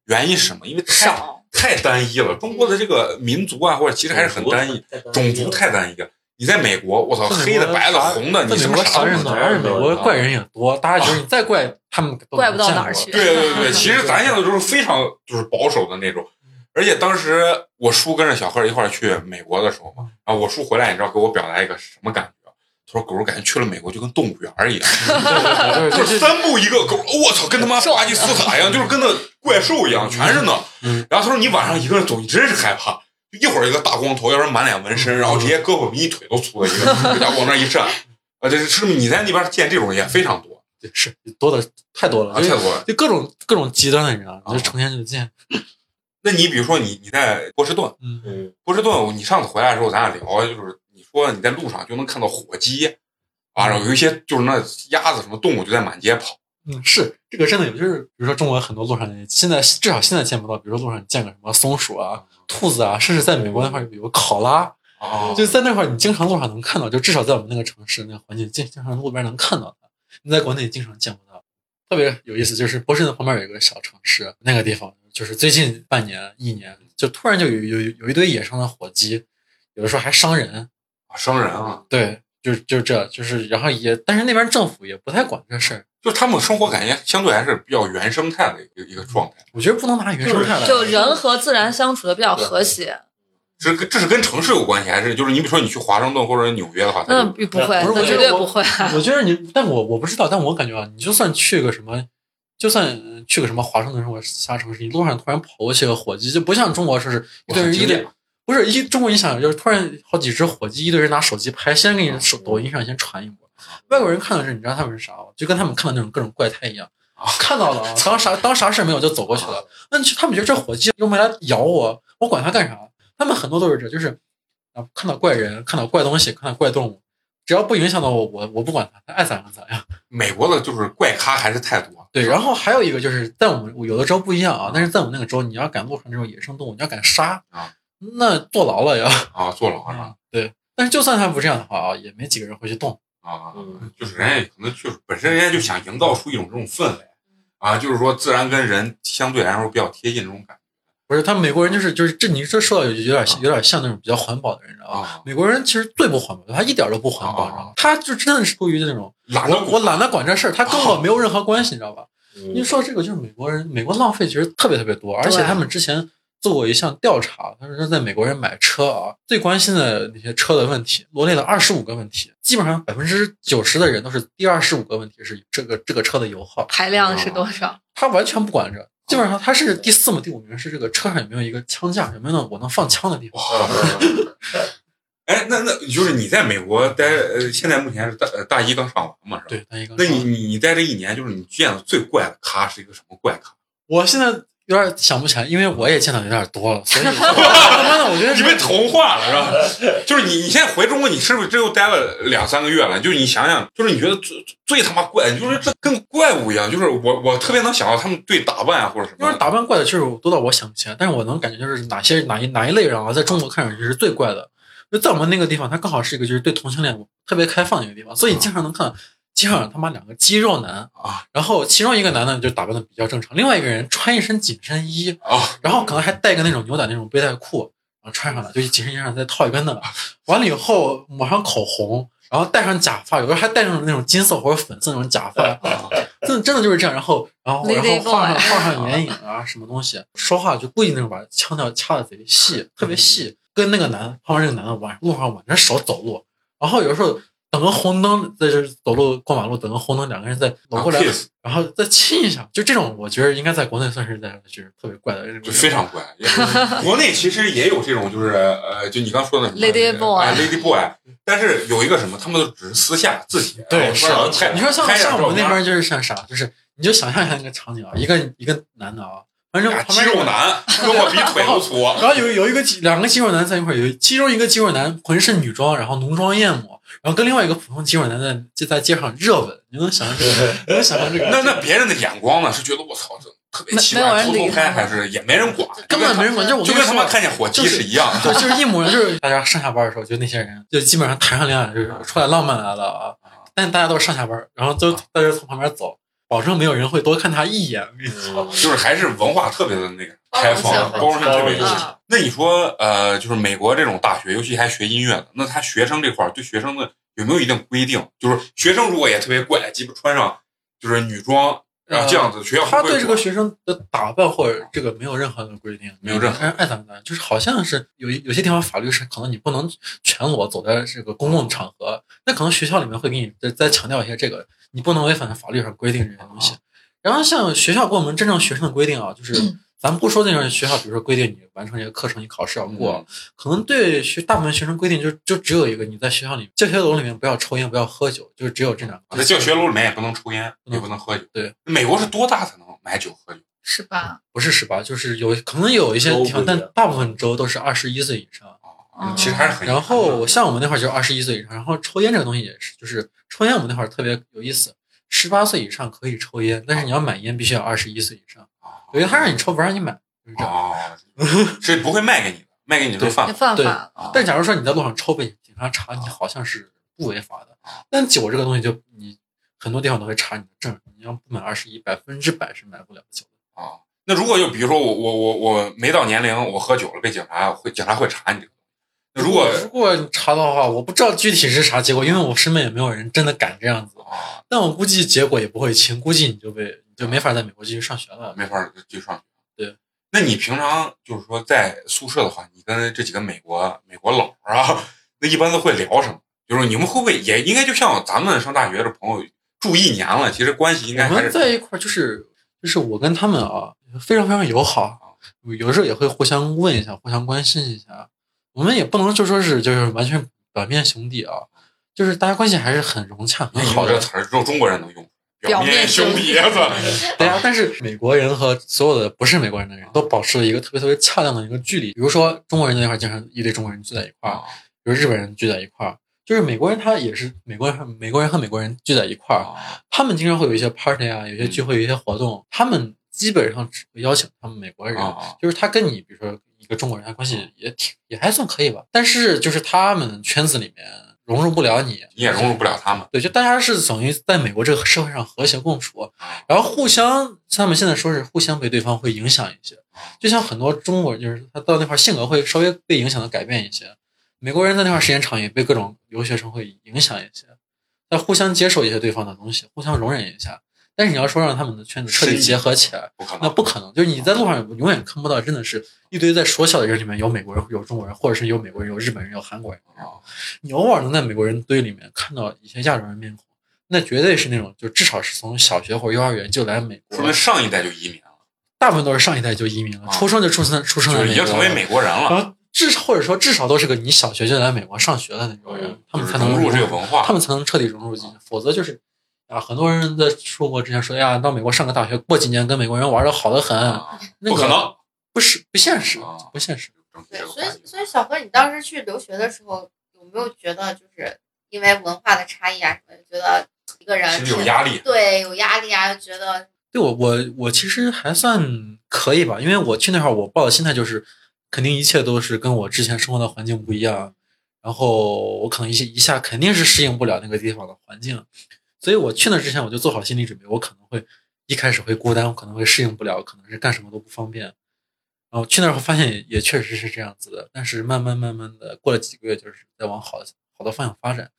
[SPEAKER 1] 原因是什么？因为太
[SPEAKER 5] 少，
[SPEAKER 1] 太单一了，中国的这个民族啊，或者其实还是很单一，，种族太单一了。你在美国，我操，
[SPEAKER 2] 在美国
[SPEAKER 1] 黑的、白的、
[SPEAKER 2] 啥
[SPEAKER 1] 红
[SPEAKER 2] [laughs]
[SPEAKER 1] 的，你
[SPEAKER 2] 在
[SPEAKER 1] 什
[SPEAKER 2] 美
[SPEAKER 1] 么
[SPEAKER 2] 国
[SPEAKER 1] 啥
[SPEAKER 2] 啥
[SPEAKER 1] 都
[SPEAKER 2] 人啊
[SPEAKER 1] 能找
[SPEAKER 2] 呢？
[SPEAKER 3] 哪
[SPEAKER 2] 而且美国怪人也多，大家觉得你再怪他们都
[SPEAKER 4] 怪不到哪儿去
[SPEAKER 1] [laughs] 对对对，其实咱现在都是非常就是保守的那种。而且当时我叔跟着小贺一块儿去美国的时候嘛，然后我叔回来，你知道给我表达一个什么感觉？啊他说：“狗感觉去了美国就跟动物园儿一样，
[SPEAKER 2] 对
[SPEAKER 1] 就
[SPEAKER 2] 对
[SPEAKER 1] 是
[SPEAKER 2] 对，
[SPEAKER 1] 三步一个狗，我操，跟他妈巴基斯坦一样，就是跟那怪兽一样，全是那。
[SPEAKER 2] 嗯
[SPEAKER 1] 然后他说你晚上一个人走，你真是害怕。一会儿一个大光头，要不然满脸纹身，然后直接胳膊比你腿都粗的一个，人家往那一站，啊，这是是不是你在那边见这种也非常多
[SPEAKER 2] 对，是多的太多
[SPEAKER 1] 啊？
[SPEAKER 2] 了，
[SPEAKER 1] 太
[SPEAKER 2] 就
[SPEAKER 1] 多了。
[SPEAKER 2] 就各种各种极端的人啊，
[SPEAKER 1] 啊
[SPEAKER 2] 就成天就见，
[SPEAKER 1] 那你比如说你你在波士顿，
[SPEAKER 2] 嗯，
[SPEAKER 3] 嗯，
[SPEAKER 1] 波士顿，你上次回来的时候咱俩聊，就是你说你在路上就能看到火鸡啊，然后有一些就是那鸭子什么动物就在满街跑，
[SPEAKER 2] 嗯，是这个真的有，就是比如说中国很多路上的，现在至少现在见不到，比如说路上你见个什么松鼠啊、兔子啊，甚至在美国那块儿有考拉，
[SPEAKER 1] 啊
[SPEAKER 2] 就在那块儿你经常路上能看到，就至少在我们那个城市那个环境，经经常路边能看到它。你在国内经常见不到，特别有意思，就是波士顿旁边有一个小城市，那个地方就是最近半年一年，就突然就有有有一堆野生的火鸡，有的时候还伤人，
[SPEAKER 1] 啊伤人啊，
[SPEAKER 2] 对，就是就是这，就是然后也，但是那边政府也不太管这事儿，
[SPEAKER 1] 就是他们生活感觉相对还是比较原生态的一个一个状态，
[SPEAKER 2] 我觉得不能拿原生态来。
[SPEAKER 4] 就人和自然相处的比较
[SPEAKER 2] 啊
[SPEAKER 4] 和谐。
[SPEAKER 1] 这是跟这是跟城市有关系，还是就是你比如说你去华盛顿或者纽约的话，它
[SPEAKER 4] 那
[SPEAKER 1] 就
[SPEAKER 4] 不不会，
[SPEAKER 2] 不是
[SPEAKER 4] 那
[SPEAKER 2] 我觉
[SPEAKER 4] 绝
[SPEAKER 2] 得
[SPEAKER 4] 对
[SPEAKER 2] 我
[SPEAKER 4] 不会。
[SPEAKER 1] [laughs]
[SPEAKER 2] 我觉得你，但我我不知道，但我感觉啊，你就算去个什么，就算呃去个什么华盛顿或者其他城市，你路上突然跑过去个火鸡，就不像中国说是一堆人
[SPEAKER 1] 我
[SPEAKER 2] 一
[SPEAKER 1] 很惊
[SPEAKER 2] 脸，不是一中国你想就是突然好几只火鸡，一堆人拿手机拍，先给你手抖音上先传一波。外国人看到这，你知道他们是啥吗？就跟他们看到那种各种怪胎一样，看到了啊，当啥当啥事没有就走过去了。那你他们觉得这火鸡又没来咬我，我管它干啥？他们很多都是这，就是啊，看到怪人，看到怪东西，看到怪动物，只要不影响到我，我我不管它，它爱咋样咋样。
[SPEAKER 1] 美国的就是怪咖还是太多，
[SPEAKER 2] 对，然后还有一个就是在我们我有的州不一样啊，但是在我们那个州，你要敢路上这种野生动物，你要敢杀
[SPEAKER 1] 啊，
[SPEAKER 2] 那坐牢了呀。
[SPEAKER 1] 啊，坐牢了
[SPEAKER 2] 对，但是就算他不这样的话啊，也没几个人会去动。
[SPEAKER 1] 啊，
[SPEAKER 3] 嗯
[SPEAKER 1] 就是人家可能就是本身人家就想营造出一种这种氛围啊，就是说自然跟人相对来说比较贴近这种感
[SPEAKER 2] 不是，他们美国人就是就是这，你这说到有有点有点像那种比较环保的人，你知
[SPEAKER 1] 觉
[SPEAKER 2] 道吧？
[SPEAKER 1] 啊，
[SPEAKER 2] 美国人其实最不环保，他一点都不环保，你知道吗？他就真的是出于那种
[SPEAKER 1] 懒得
[SPEAKER 2] 我
[SPEAKER 1] 管
[SPEAKER 2] 我懒得管这事儿，他跟我没有任何关系，你知道吧？
[SPEAKER 3] 嗯
[SPEAKER 2] 您说这个就是美国人，美国浪费其实特别特别多，而且他们之前做过一项调查，他说在美国人买车啊，最关心的那些车的问题，罗列了二十五个问题，基本上百分之九十的人都是第二十五个问题是这个这个车的油耗，
[SPEAKER 4] 排量
[SPEAKER 2] 啊
[SPEAKER 4] 是多少？
[SPEAKER 2] 他完全不管这，基
[SPEAKER 1] 哦
[SPEAKER 2] 本上他是第四名、第五名是这个车上有没有一个枪架，有没有那种我能放枪的地方。
[SPEAKER 1] 哇。 [laughs] 哎，那那就是你在美国待，呃，现在目前是大呃大一刚上完嘛，是吧？。
[SPEAKER 2] 对，那一个。
[SPEAKER 1] 那你你你待这一年，就是你见的最怪的咖是一个什么怪咖？
[SPEAKER 2] 我现在有点想不起来，因为我也见到有点多了，
[SPEAKER 1] [laughs]
[SPEAKER 2] 所以他妈的，我觉得
[SPEAKER 1] 你
[SPEAKER 2] 这
[SPEAKER 1] 被同化了是吧？ [laughs] 就是你，你现在回中国，你是不是这又待了两三个月了？就是你想想，就是你觉得最最他妈怪，就是这跟怪物一样。就是我，我特别能想到他们对打扮啊或者什
[SPEAKER 2] 因为
[SPEAKER 1] 么。
[SPEAKER 2] 打扮怪的确实多到我想不起来，但是我能感觉就是哪些哪一哪一类人啊，在中国看上去是最怪的。就在我们那个地方，它刚好是一个就是对同性恋特别开放的一个地方，所以你经常能看街上他妈两个肌肉男
[SPEAKER 1] 嗯啊，
[SPEAKER 2] 然后其中一个男的就打扮的比较正常，另外一个人穿一身紧身衣，
[SPEAKER 1] 啊，
[SPEAKER 2] 然后可能还带个那种牛仔那种背带裤，然后穿上了就紧身衣上再套一个那个，完了以后抹上口红，然后戴上假发，有的还戴上那种金色或者粉色那种假发，
[SPEAKER 1] 啊
[SPEAKER 2] 真的真的就是这样。然后然后
[SPEAKER 4] Lady
[SPEAKER 2] 然后画上
[SPEAKER 4] Boy
[SPEAKER 2] 画上眼影啊，什么东西，说话就故意那种把腔调掐的贼细，特别细，跟那个男旁边那个男的挽路上挽着手走路，然后有时候。等个红灯，在这走路过马路，等个红灯，两个人再搂过来
[SPEAKER 1] 啊，kiss，
[SPEAKER 2] 然后再亲一下，就这种，我觉得应该在国内算是在就是特别怪的那种，
[SPEAKER 1] 就非常怪。也是
[SPEAKER 4] [laughs]
[SPEAKER 1] 国内其实也有这种，就是呃，就你刚说的什么
[SPEAKER 4] Lady boy
[SPEAKER 1] 哎，Lady Boy，但是有一个什么，他们都只是私下自己
[SPEAKER 2] 对
[SPEAKER 1] 哎
[SPEAKER 2] 是啊
[SPEAKER 1] 然后拍
[SPEAKER 2] 你说像
[SPEAKER 1] 拍点
[SPEAKER 2] 像
[SPEAKER 1] 照
[SPEAKER 2] 我们那
[SPEAKER 1] 片
[SPEAKER 2] 边就是像啥，就是你就想象一下那个场景啊，一个一个男的啊，反正
[SPEAKER 1] 俩
[SPEAKER 2] 旁
[SPEAKER 1] 肌
[SPEAKER 2] 边有
[SPEAKER 1] 肉，男，跟我比腿都粗。
[SPEAKER 2] [laughs] 然后有有一个肌两个肌肉男在一块儿，有其中一个肌肉男浑身女装，然后浓妆艳抹，然后跟另外一个普通肌肉男在就在街上热吻，你能想象
[SPEAKER 1] [laughs]
[SPEAKER 2] 这个？你能想象这个？
[SPEAKER 1] 那那别人的眼光呢？是觉得我操，这特别
[SPEAKER 4] 没
[SPEAKER 1] 奇
[SPEAKER 4] 没有
[SPEAKER 1] 怪，
[SPEAKER 4] 人
[SPEAKER 1] 偷
[SPEAKER 4] 理
[SPEAKER 1] 偷拍
[SPEAKER 4] 他
[SPEAKER 1] 还是也没人管，
[SPEAKER 2] 根本没人管，就是我
[SPEAKER 1] 就
[SPEAKER 2] 跟你
[SPEAKER 1] 跟他
[SPEAKER 2] 说
[SPEAKER 1] 们。看见火鸡
[SPEAKER 2] 就是
[SPEAKER 1] 是一样的。
[SPEAKER 2] 对，就是一模一样，就是大家上下班的时候，就那些人，就基本上谈上恋爱，就是出来浪漫来了啊。但大家都是上下班，然后都
[SPEAKER 1] 啊
[SPEAKER 2] 大家从旁边走，保证没有人会多看他一眼。我跟你说，
[SPEAKER 1] 就是还是文化特别的那个开放，包
[SPEAKER 5] 包
[SPEAKER 1] 容
[SPEAKER 5] 容
[SPEAKER 1] 性
[SPEAKER 5] 性
[SPEAKER 3] 很强
[SPEAKER 1] 特别
[SPEAKER 3] 包容性
[SPEAKER 1] 强。
[SPEAKER 5] 嗯，
[SPEAKER 1] 那你说，呃，就是美国这种大学，尤其还学音乐的，那他学生这块儿对学生的有没有一定规定？就是学生如果也特别怪，基本穿上就是女装，然后这样子，学校
[SPEAKER 2] 嗯他
[SPEAKER 1] 会不会
[SPEAKER 2] 对这个
[SPEAKER 1] 管
[SPEAKER 2] 学生的打扮或者这个没有任何的规定，
[SPEAKER 1] 没有任何
[SPEAKER 2] 爱爱咋咋，就是好像是有一有些地方法律是可能你不能全裸走在这个公共场合，那可能学校里面会给你再再强调一些这个，
[SPEAKER 1] 哦嗯
[SPEAKER 2] 你不能违反法律上规定这些东西。然后像学校给我们真正学生的规定啊，就是咱不说那种学校，比如说规定你完成一个课程，你考试要过，
[SPEAKER 1] 嗯
[SPEAKER 2] 可能对学大部分学生规定就就只有一个，你在学校里教学楼里面不要抽烟，不要喝酒，就是只有这两个。
[SPEAKER 1] 在教学楼里面也不能抽烟，也不能喝酒。
[SPEAKER 2] 嗯对，
[SPEAKER 1] 美国是多大才能买酒喝酒？
[SPEAKER 4] 是吧？
[SPEAKER 2] 不是十八，就是有可能有一些地
[SPEAKER 3] 州不
[SPEAKER 2] 方，
[SPEAKER 3] 一样
[SPEAKER 2] 但大部分州都是二十一岁以上。
[SPEAKER 1] 啊其实还是很啊
[SPEAKER 2] 然后像我们那会儿就二十一岁以上，然后抽烟这个东西也是，就是抽烟我们那会儿特别有意思，十八岁以上可以抽烟，但是你要买烟必须要二十一岁以上，有些他让你抽不让你买，就是这样。
[SPEAKER 1] 哦，是不会卖给你的，卖给你就
[SPEAKER 2] 啊
[SPEAKER 1] 犯
[SPEAKER 4] 也
[SPEAKER 1] 法。
[SPEAKER 4] 犯
[SPEAKER 1] 哦
[SPEAKER 4] 法
[SPEAKER 1] 啊
[SPEAKER 2] [laughs]
[SPEAKER 4] 了。
[SPEAKER 2] 但假如说你在路上抽被警察查，你好像是不违法的。但酒这个东西就你很多地方都会查你的证，你要不满二十一，百分之百是买不了酒的。
[SPEAKER 1] 啊。那如果就比如说我我我我没到年龄，我喝酒了被警察会警察会查你这个。那如果
[SPEAKER 2] 如果你查到的话，我不知道具体是啥结果，因为我身边也没有人真的敢这样子。
[SPEAKER 1] 啊
[SPEAKER 2] 但我估计结果也不会轻，估计你就被你就没法在美国继续上学了。
[SPEAKER 1] 没法儿就上学。
[SPEAKER 2] 对，
[SPEAKER 1] 那你平常就是说在宿舍的话，你跟这几个美国美国佬儿啊，那一般都会聊什么？就是你们会不会也应该就像咱们上大学的朋友住一年了，其实关系应该
[SPEAKER 2] 我
[SPEAKER 1] 还
[SPEAKER 2] 们
[SPEAKER 1] 是
[SPEAKER 2] 在一块儿就是就是我跟他们啊非常非常友好，有时候也会互相问一下，互相关心一下。我们也不能就说是就是完全表面兄弟啊，就是大家关系还是很融洽很
[SPEAKER 1] 你用
[SPEAKER 2] 好
[SPEAKER 1] 哎这
[SPEAKER 2] 的。
[SPEAKER 1] 词儿只有中国人能用，
[SPEAKER 4] 表
[SPEAKER 1] 面
[SPEAKER 4] 面
[SPEAKER 1] 兄
[SPEAKER 4] 兄
[SPEAKER 1] 弟，
[SPEAKER 2] [laughs]
[SPEAKER 4] 弟
[SPEAKER 1] 操！
[SPEAKER 2] 对啊，但是美国人和所有的不是美国人的人都保持了一个特别特别恰当的一个距离。比如说中国人在一块儿经常一堆中国人聚在一
[SPEAKER 1] 啊
[SPEAKER 2] 块儿，比如日本人聚在一块儿，就是美国人他也是美国人和美国人和美国人聚在一块儿，
[SPEAKER 1] 啊
[SPEAKER 2] 他们经常会有一些 party 啊，有些聚会，有一些活动，他们基本上只会邀请他们美国人，
[SPEAKER 1] 啊
[SPEAKER 2] 就是他跟你，比如说一个中国人，他关系也挺也还算可以吧，但是就是他们圈子里面融入不了你，
[SPEAKER 1] 你也融入不了他们。
[SPEAKER 2] 对，就大家是等于在美国这个社会上和谐共处
[SPEAKER 1] 啊，
[SPEAKER 2] 然后互相，他们现在说是互相被对方会影响一些，就像很多中国人，就是他到那块儿性格会稍微被影响的改变一些，美国人在那块儿时间长也被各种留学生会影响一些，要互相接受一些对方的东西，互相容忍一下。但是你要说让他们的圈子彻底
[SPEAKER 1] 深
[SPEAKER 2] 结合起来，
[SPEAKER 1] 不可
[SPEAKER 2] 那
[SPEAKER 1] 能，
[SPEAKER 2] 不可能。就是你在路上永远看不到，真的是一堆在说笑的人里面有美国人、有中国人，或者是有美国人、有日本人、有韩国人。
[SPEAKER 1] 啊
[SPEAKER 2] 你偶尔能在美国人堆里面看到一些亚洲人面孔，那绝对是那种就至少是从小学或者幼儿园就来美
[SPEAKER 1] 说
[SPEAKER 2] 国
[SPEAKER 1] 明，上一代就移民了，
[SPEAKER 2] 大部分都是上一代就移民了，
[SPEAKER 1] 啊
[SPEAKER 2] 出生就出生出生
[SPEAKER 1] 就
[SPEAKER 2] 在
[SPEAKER 1] 是已
[SPEAKER 2] 美
[SPEAKER 1] 经
[SPEAKER 2] 国，
[SPEAKER 1] 成为美国人了，
[SPEAKER 2] 然后至少或者说至少都是个你小学就来美国上学的那种人，他
[SPEAKER 1] 嗯就
[SPEAKER 2] 们
[SPEAKER 1] 是
[SPEAKER 2] 才能
[SPEAKER 1] 融入这个文化。
[SPEAKER 2] 他们才能彻底融入进去，否则就是。啊，很多人在出国之前说，哎呀，到美国上个大学，过几年跟美国人玩的好的很，
[SPEAKER 1] 啊
[SPEAKER 2] 那
[SPEAKER 1] 不
[SPEAKER 2] 个
[SPEAKER 1] 可能，
[SPEAKER 2] 不是不现实
[SPEAKER 1] 啊，
[SPEAKER 2] 不现实。
[SPEAKER 1] 整体
[SPEAKER 5] [laughs] 对，
[SPEAKER 1] 这个
[SPEAKER 5] 所以
[SPEAKER 1] 环境
[SPEAKER 5] 所以小何，你当时去留学的时候，有没有觉得就是因为文化的差异啊什么的，觉得一个人
[SPEAKER 1] 心里有
[SPEAKER 5] 挺
[SPEAKER 1] 压力。
[SPEAKER 5] 对有压力啊，觉得
[SPEAKER 2] 对我我我其实还算可以吧，因为我去那会儿我抱的心态就是，肯定一切都是跟我之前生活的环境不一样，然后我可能一下一下肯定是适应不了那个地方的环境，所以我去那之前我就做好心理准备，我可能会一开始会孤单，我可能会适应不了，可能是干什么都不方便。然后去那儿后发现也也确实是这样子的，但是慢慢慢慢的过了几个月，就是在往好的好的方向发展。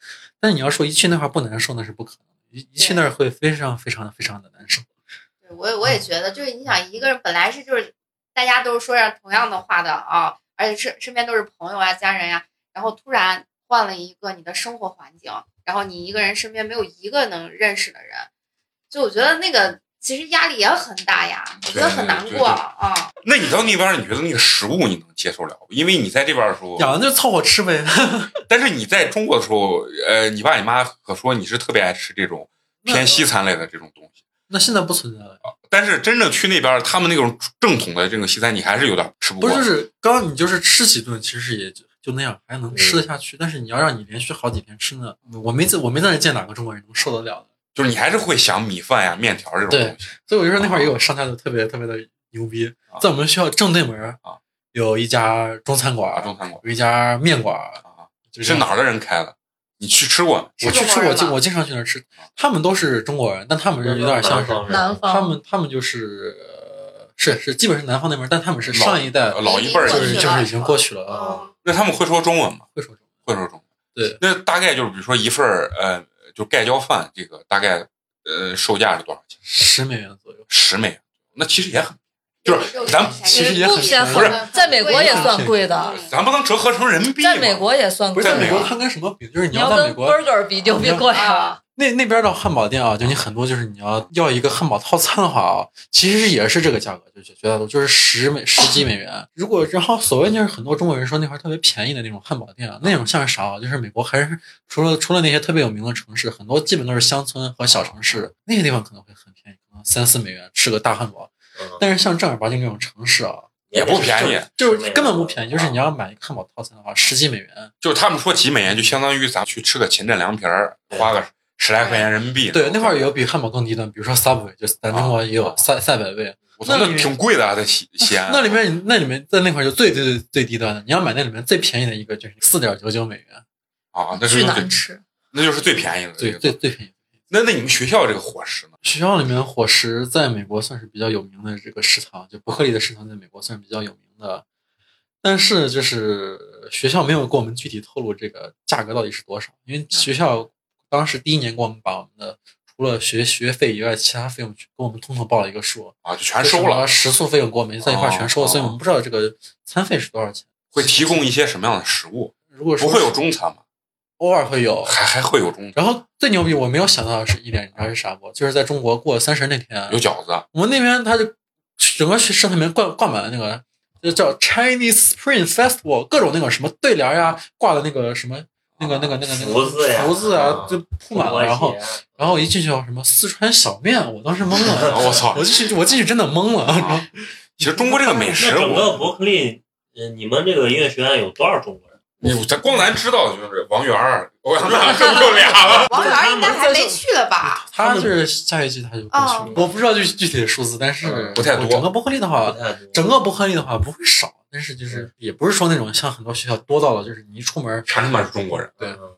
[SPEAKER 2] 但你要说一去那块儿不难受，那是不可能的，一一去那儿会非常非常的非常的难受。
[SPEAKER 5] 对我也我也觉得，就是你想一个人本来是就是大家都是说上同样的话的啊，而且身身边都是朋友啊、家人呀、然后突然换了一个你的生活环境，然后你一个人身边没有一个能认识的人，就我觉得那个其实压力也很大呀，我觉得很难
[SPEAKER 1] 对对对
[SPEAKER 5] 过啊。
[SPEAKER 1] 那你到那边儿，你觉得那个食物你能接受了不？因为你在这边儿的时候，
[SPEAKER 2] 养就凑合吃呗。 [laughs]
[SPEAKER 1] 但是你在中国的时候，呃，你爸你妈可说你是特别爱吃这种偏西餐类的这种东西。
[SPEAKER 2] 那现在不存在了，
[SPEAKER 1] 但是真正去那边儿，他们那种正统的这种西餐，你还是有点吃不
[SPEAKER 2] 不
[SPEAKER 1] 过。
[SPEAKER 2] 是就是刚刚你就是吃几顿，其实也就就那样，还能吃得下去。但是你要让你连续好几天吃呢，我没在我没在那见哪个中国人能受得了的。
[SPEAKER 1] 就是你还是会想米饭呀、面条这种东西。
[SPEAKER 2] 所以我就说那块儿也有商家就特别特别的牛逼
[SPEAKER 1] 啊，
[SPEAKER 2] 在我们学校正对门儿
[SPEAKER 1] 啊
[SPEAKER 2] 有一家中餐
[SPEAKER 1] 啊，
[SPEAKER 2] 馆，
[SPEAKER 1] 中餐馆
[SPEAKER 2] 有一家面馆儿，
[SPEAKER 1] 啊，
[SPEAKER 2] 就是
[SPEAKER 1] 是哪儿的人开的？你去吃过吗？
[SPEAKER 2] 我去吃，
[SPEAKER 5] 是中国人
[SPEAKER 2] 我
[SPEAKER 5] 吗
[SPEAKER 2] 经我经常去那儿吃，
[SPEAKER 1] 啊
[SPEAKER 2] 他们都是中国人，但他们是有
[SPEAKER 1] 嗯
[SPEAKER 2] 点像
[SPEAKER 3] 嗯
[SPEAKER 2] 是
[SPEAKER 4] 南方
[SPEAKER 2] 他们他们就是呃是是基本是南方那边儿，但他们是
[SPEAKER 1] 老
[SPEAKER 2] 上一代
[SPEAKER 1] 呃老一辈儿
[SPEAKER 5] 已
[SPEAKER 2] 就是
[SPEAKER 5] 经过去
[SPEAKER 2] 就
[SPEAKER 5] 了
[SPEAKER 2] 是已经过去了啊。
[SPEAKER 5] 嗯，
[SPEAKER 1] 那他们会说中文吗？
[SPEAKER 2] 会说中文。
[SPEAKER 1] 会说中文。
[SPEAKER 2] 对，
[SPEAKER 1] 那大概就是比如说一份儿呃，就盖浇饭这个大概呃售价是多少钱？
[SPEAKER 2] 十美元左右。
[SPEAKER 1] 十美元，那其实也很，就是
[SPEAKER 5] 肉
[SPEAKER 1] 咱们
[SPEAKER 5] 便宜
[SPEAKER 2] 其实也
[SPEAKER 4] 不
[SPEAKER 2] 很
[SPEAKER 4] 便
[SPEAKER 2] 不
[SPEAKER 4] 宜
[SPEAKER 2] 是，
[SPEAKER 4] 在美国也算贵的，
[SPEAKER 5] 嗯
[SPEAKER 1] 咱不能折合成人民币吗
[SPEAKER 4] 在美国也算
[SPEAKER 2] 不
[SPEAKER 4] 贵
[SPEAKER 2] 是
[SPEAKER 1] 在
[SPEAKER 2] 在
[SPEAKER 1] 美
[SPEAKER 2] 美
[SPEAKER 1] 国
[SPEAKER 2] 国
[SPEAKER 1] 它
[SPEAKER 2] 它跟什么比？就是你
[SPEAKER 4] 嗯啊你要
[SPEAKER 2] 在
[SPEAKER 4] 跟
[SPEAKER 2] 美国，
[SPEAKER 4] burger 比就比贵
[SPEAKER 5] 啊
[SPEAKER 4] 了。
[SPEAKER 2] 那那边的汉堡店啊，就你很多就是你要要一个汉堡套餐的话啊，其实也是这个价格，就是绝大多数就是十美十几美元。如果然后所谓就是很多中国人说那块儿特别便宜的那种汉堡店啊，那种像是啥啊？就是美国还是除了除了那些特别有名的城市，很多基本都是乡村和小城市，那些地方可能会很便宜，可能三四美元吃个大汉堡。
[SPEAKER 3] 嗯
[SPEAKER 2] 但是像正儿八经这种城市啊，
[SPEAKER 1] 也不便宜，
[SPEAKER 2] 就是根本不便宜，
[SPEAKER 1] 啊
[SPEAKER 2] 就是你要买一个汉堡套餐的话，十几美元。
[SPEAKER 1] 就是他们说几美元，就相当于咱们去吃个秦镇凉皮儿，花个十来块钱人民币。
[SPEAKER 2] 对，那块儿有比汉堡更低端，比如说 Subway，就咱
[SPEAKER 1] 啊
[SPEAKER 2] 中国也有赛赛百味，
[SPEAKER 1] 我操，那挺贵的啊，在西西安。
[SPEAKER 2] 那里面那里面在那块儿就最最最最低端的，你要买那里面最便宜的一个就是四点九九美元，
[SPEAKER 1] 啊，那是最
[SPEAKER 4] 巨难吃。
[SPEAKER 1] 那就是最便宜的。
[SPEAKER 2] 最最最便宜。
[SPEAKER 1] 那那你们学校这个伙食呢？
[SPEAKER 2] 学校里面伙食在美国算是比较有名的这个食堂，就伯克利的食堂在美国算是比较有名的，但是就是学校没有给我们具体透露这个价格到底是多少，因为学校当时第一年给我们把我们的除了学学费以外，其他费用给我们统统报了一个数，
[SPEAKER 1] 啊，就全收了。
[SPEAKER 2] 食宿费用给我们在一块全收了，
[SPEAKER 1] 哦
[SPEAKER 2] 所以我们不知道这个餐费是多少钱。
[SPEAKER 1] 会提供一些什么样的食物？
[SPEAKER 2] 如果说
[SPEAKER 1] 不会有中餐吗？
[SPEAKER 2] 偶尔会有，
[SPEAKER 1] 还还会有中餐，
[SPEAKER 2] 然后最牛逼，我没有想到的是一点，你知道是啥不？就是在中国过三十那天，
[SPEAKER 1] 有饺
[SPEAKER 2] [laughs]
[SPEAKER 1] 子，啊
[SPEAKER 2] 我们那边他就整个食堂里面挂挂满了那个，就叫 Chinese Spring Festival，各种那个什么对联呀，挂的那个什么那
[SPEAKER 1] 啊
[SPEAKER 2] 个那个那个那个
[SPEAKER 3] 福字呀
[SPEAKER 2] 福字啊，
[SPEAKER 3] 啊
[SPEAKER 2] 就铺满了。然后然后我一进去，什么四川小面，我当时懵了，
[SPEAKER 1] [laughs] 我操
[SPEAKER 2] 我！进去我进去真的懵了。然后
[SPEAKER 1] 啊其实中国这个美
[SPEAKER 3] 那
[SPEAKER 1] 食，
[SPEAKER 3] 整个
[SPEAKER 1] 我
[SPEAKER 3] 伯克利，呃，你们这个音乐学院有多少中国人？
[SPEAKER 1] 你咱光咱知道就是王源儿，王源
[SPEAKER 2] [laughs]
[SPEAKER 1] 儿就俩了。
[SPEAKER 5] 啊王源儿应该还没去了吧？
[SPEAKER 2] 他就是下一季他就过去了
[SPEAKER 5] 哦，
[SPEAKER 2] 我不知道具具体的数字，但是
[SPEAKER 1] 嗯不太多
[SPEAKER 2] 整个伯克利的
[SPEAKER 3] 不
[SPEAKER 2] 话，
[SPEAKER 3] 太多。
[SPEAKER 2] 啊整个伯克利的话不会少，但是就是也不是说那种像很多学校多到了，就是你一出门
[SPEAKER 1] 嗯全他妈是中国人，
[SPEAKER 2] 对
[SPEAKER 3] 嗯